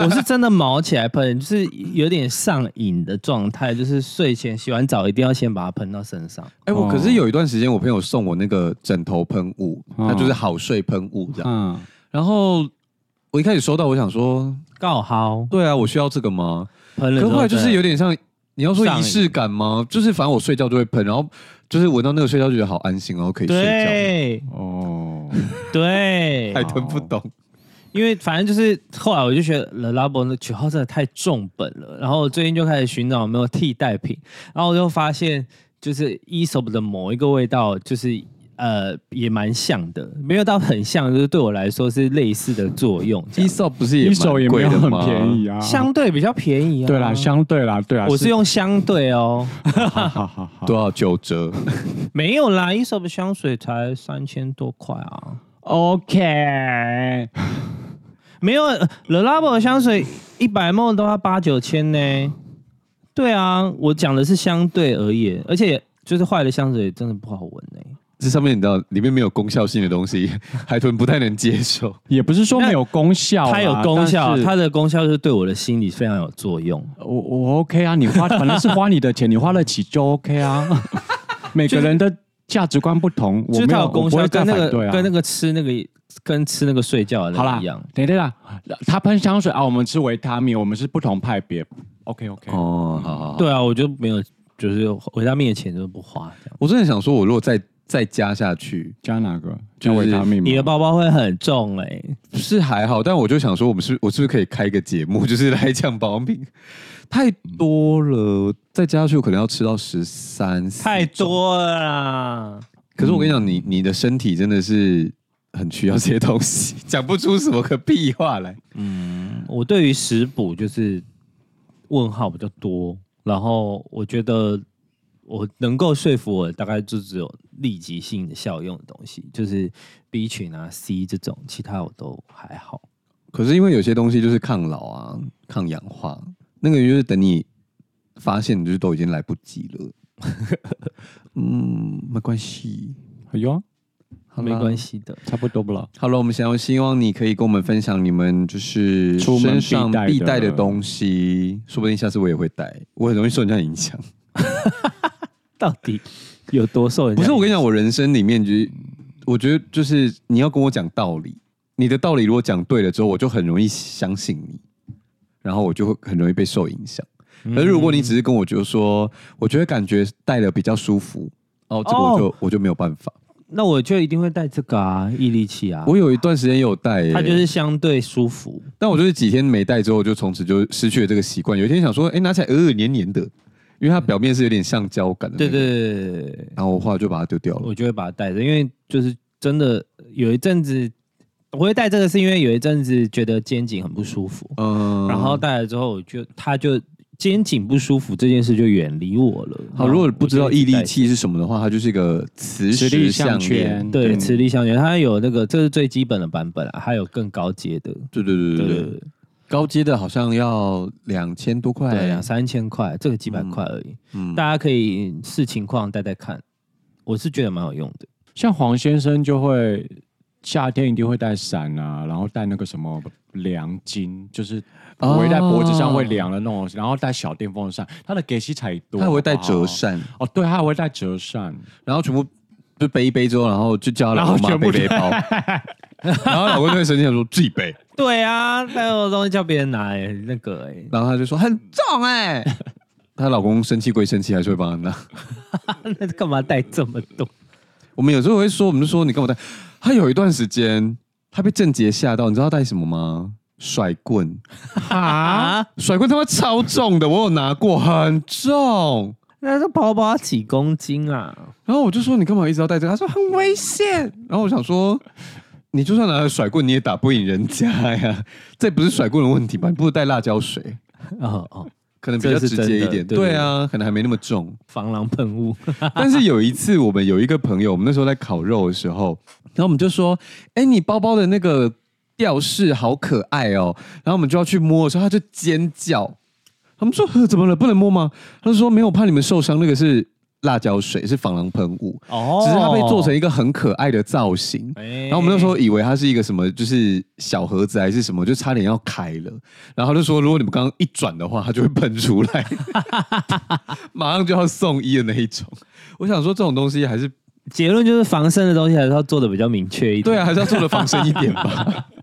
B: 我是真的毛起来喷，就是有点上瘾的状态，就是睡前洗完澡一定要先把它喷到身上。
A: 哎、我
C: 哦
A: 可是有一段时间，我朋友送我那个枕头喷雾，
C: 嗯
A: 它就是好睡喷雾这样。
C: 嗯，
A: 然后我一开始收到，我想说，
B: 告好，
A: 对啊，我需要这个吗？
B: 喷了
A: 可
B: 之
A: 后来
B: 后
A: 就是有点像，你要说
B: 上
A: 仪
B: 瘾
A: 式感吗？就是反正我睡觉就会喷，然后就是闻到那个睡觉就觉得好安心，然后可以睡觉。
B: 对
C: 哦，
B: 对
A: 海，豚不懂，
B: 因为反正就是后来我就觉得嗯 The Labo 的九号真的太重本了，然后我最近就开始寻找有没有替代品，然后我就发现就是 e s o p 的某一个味道就是。呃，也蛮像的，没有到很像，就是对我来说是类似的作用这
A: 一
B: 样。
A: 手不 是也
C: 一
A: 蛮
C: 手也没
A: 贵
C: 有
A: 的
C: 很
A: 吗？
C: 便宜啊，
B: 相对比较便宜啊。
C: 对啦，相对啦，对啦，啊
B: 我是用相对哦，
C: 哈哈哈哈
A: 多少啊九折？
B: 没有啦 e s o p 香水才三千多块啊，
C: OK，
B: 没有 The Labo 的香水一百梦都要八九千呢。对啊，我讲的是相对而言，而且就是坏的香水真的不好闻呢、
A: 这上面你知道里面没有功效性的东西， 海豚不太能接受。
C: 也不是说没有功效啦，
B: 它有功效
C: 但，是
B: 它的功效是对我的心理非常有作用。
C: 我我 OK 啊，你花反正是花你的钱，你花得起就 OK 啊。每个人的价值观不同，我
B: 就是
C: 没
B: 它
C: 有
B: 有
C: 我
B: 功
C: 不
B: 效
C: 会再
B: 跟那
C: 反
B: 个
C: 对啊。
B: 跟那个吃那个跟吃那个睡觉的
C: 好
B: 那
C: 啦
B: 个一样。，
C: 等一下啦，他喷香水啊，我们吃维他命，我们是不同派别。OK OK，
A: 哦，好好好。
B: 对啊，我就没有，就是回到面前就不花这样。
A: 我真的想说，我如果再再加下去，
C: 加哪个？
A: 就
C: 加
A: 是
C: 维他命吗？
B: 你的包包会很重哎、
A: 是还好，但我就想说，我们是我是不是可以开个节目， 就是来讲保养品？太多了，再加下去我可能要吃到十三。
B: 太多了啦。
A: 可是我跟你讲，你你的身体真的是很需要这些东西， 讲不出什么个屁话来。
B: 嗯我对于食补就是问号比较多，然后我觉得我能够说服我，大概就只有立即性的效用的东西，就是 B 群啊、C 这种，其他我都还好。
A: 可是因为有些东西就是抗老啊、抗氧化，那个就是等你发现，就是都已经来不及了。 嗯，没关系，
C: 哎呦，
A: 好啦
B: 没关。系的，
C: 差不多不了。
A: 好了，我们想要希望你可以跟我们分享你们就是
C: 出门
A: 身上
C: 必带的
A: 必带的东西，说不定下次我也会带，我很容易受人家影响。
B: 到底有多受人 家
A: 不是，我跟你
B: 影 响
A: 讲，我人生里面就是，我觉得就是你要跟我讲道理，你的道理如果讲对了之后，我就很容易相信你，然后我就会很容易被受影响。而如果你只是跟我就说，我觉得感觉戴了比较舒服，哦，这个我就、我就没有办法。
B: 那我就一定会带这个啊，毅力器啊，
A: 我有一段时间也有戴、耶
B: 它就是相对舒服。
A: 但我就是几天没戴之后，就从此就失去了这个习惯。有一天想说，哎、拿起来呃呃黏黏的，因为它表面是有点橡胶感的、
B: 对。哦对对对对，
A: 然后我后来就把它丢掉了。
B: 我就会把它带着，因为就是真的有一阵子我会带这个，是因为有一阵子觉得肩颈很不舒服，
A: 嗯
B: 然后带了之后我就它就肩颈不舒服这件事就远离我了。
A: 好，如果不知道毅力
B: 器，
A: 器是什么的话，它就是一个磁
C: 磁力
A: 石
C: 项
A: 项
C: 圈
A: 链。
B: 对磁力项圈，它有那个这是最基本的版本啊，还有更高阶的，
A: 对对对对对对，高阶的好像要两千多块，
B: 对，两三千块，这个几百块而已，
A: 哎嗯
B: 大家可以视情况带带看，我是觉得蛮有用的。
C: 像黄先生就会夏天一定会带伞啊，然后带那个什么凉巾，就是
A: 哦
C: 围在脖子上会凉的那种，然后带小电风扇。他的给西才多，
A: 它还会带
C: 好不
A: 折
C: 好。
A: 扇，
C: 哦，对，他还会带折扇，
A: 然后全部就背一背之后，然后就叫他老公
C: 然后
A: 妈
C: 全
A: 背
C: 部
A: 背包，然后老公就会生气地说自己背，
B: 对啊，带我的东西叫别人拿、欸，那个哎、
A: 然后他就说很重哎、她老公生气归生气，还是会帮她拿。
B: 那干嘛带这么多？
A: 我们有时候会说，我们就说你干嘛带？她有一段时间，她被郑杰吓到，你知道她带什么吗？甩棍，
B: 啊？
A: 甩棍他妈超重的，我有拿过，很重。
B: 那这包包几公斤 啊？
A: 然后我就说你干嘛一直要带这个？她说很危险。然后我想说，你就算拿了甩棍，你也打不赢人家呀。这不是甩棍的问题吧？你不如带辣椒水，
B: 哦哦，
A: 可能比较
B: 这
A: 直
B: 是真的
A: 接一点。
B: 对对
A: 对啊，可能还没那么重。
B: 防狼喷雾。
A: 但是有一次，我们有一个朋友，我们那时候在烤肉的时候，然后我们就说：“哎、你包包的那个吊饰好可爱哦。”然后我们就要去摸的时候，他就尖叫。他们说：“呵，怎么了？不能摸吗？”他就说：“没有，怕你们受伤。那个是辣椒水，是防狼喷雾，
B: 哦
A: 只是它被做成一个很可爱的造型。”
C: 哎
A: 然后我们那时候以为它是一个什么，就是小盒子还是什么，就差点要开了。然后他就说，如果你们刚刚一转的话，它就会喷出来， 马上就要送医的那一种。我想说，这种东西还是
B: 结论就是防身的东西还是要做的比较明确一点。
A: 对啊，还是要做的防身一点吧。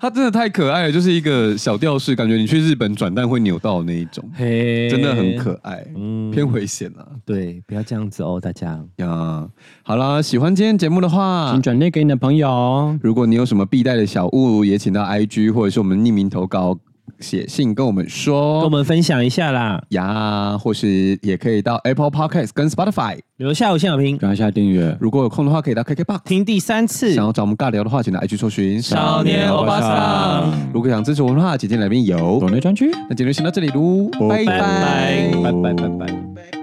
A: 它真的太可爱了，就是一个小吊饰，感觉你去日本转蛋会扭到的那一种，
B: 嘿，
A: 真的很可爱，
B: 嗯
A: 偏危险啊
B: 对，不要这样子哦，大家。
A: 呀！好啦，喜欢今天节目的话
C: 请，转内给你的朋友。哦
A: 如果你有什么必带的小物，也请到 IG 或者是我们匿名投稿写信跟我们
B: 跟我
A: 说
B: 们分享一下啦，
A: 呀，或是也可以到 Apple Podcast 跟 Spotify。
B: 留下五星好评，
C: 转一下订阅。
A: 如果有空的话，可以到 KKBox。
B: 听第三次。
A: 想要找我们尬聊的话，请到 IG 搜寻
B: 少年欧巴桑。
A: 如果想支持我们的话，简介里面有
C: 抖。内专区。
A: 那今天就先到这里喽，拜
B: 拜拜拜拜拜拜。
A: 拜拜。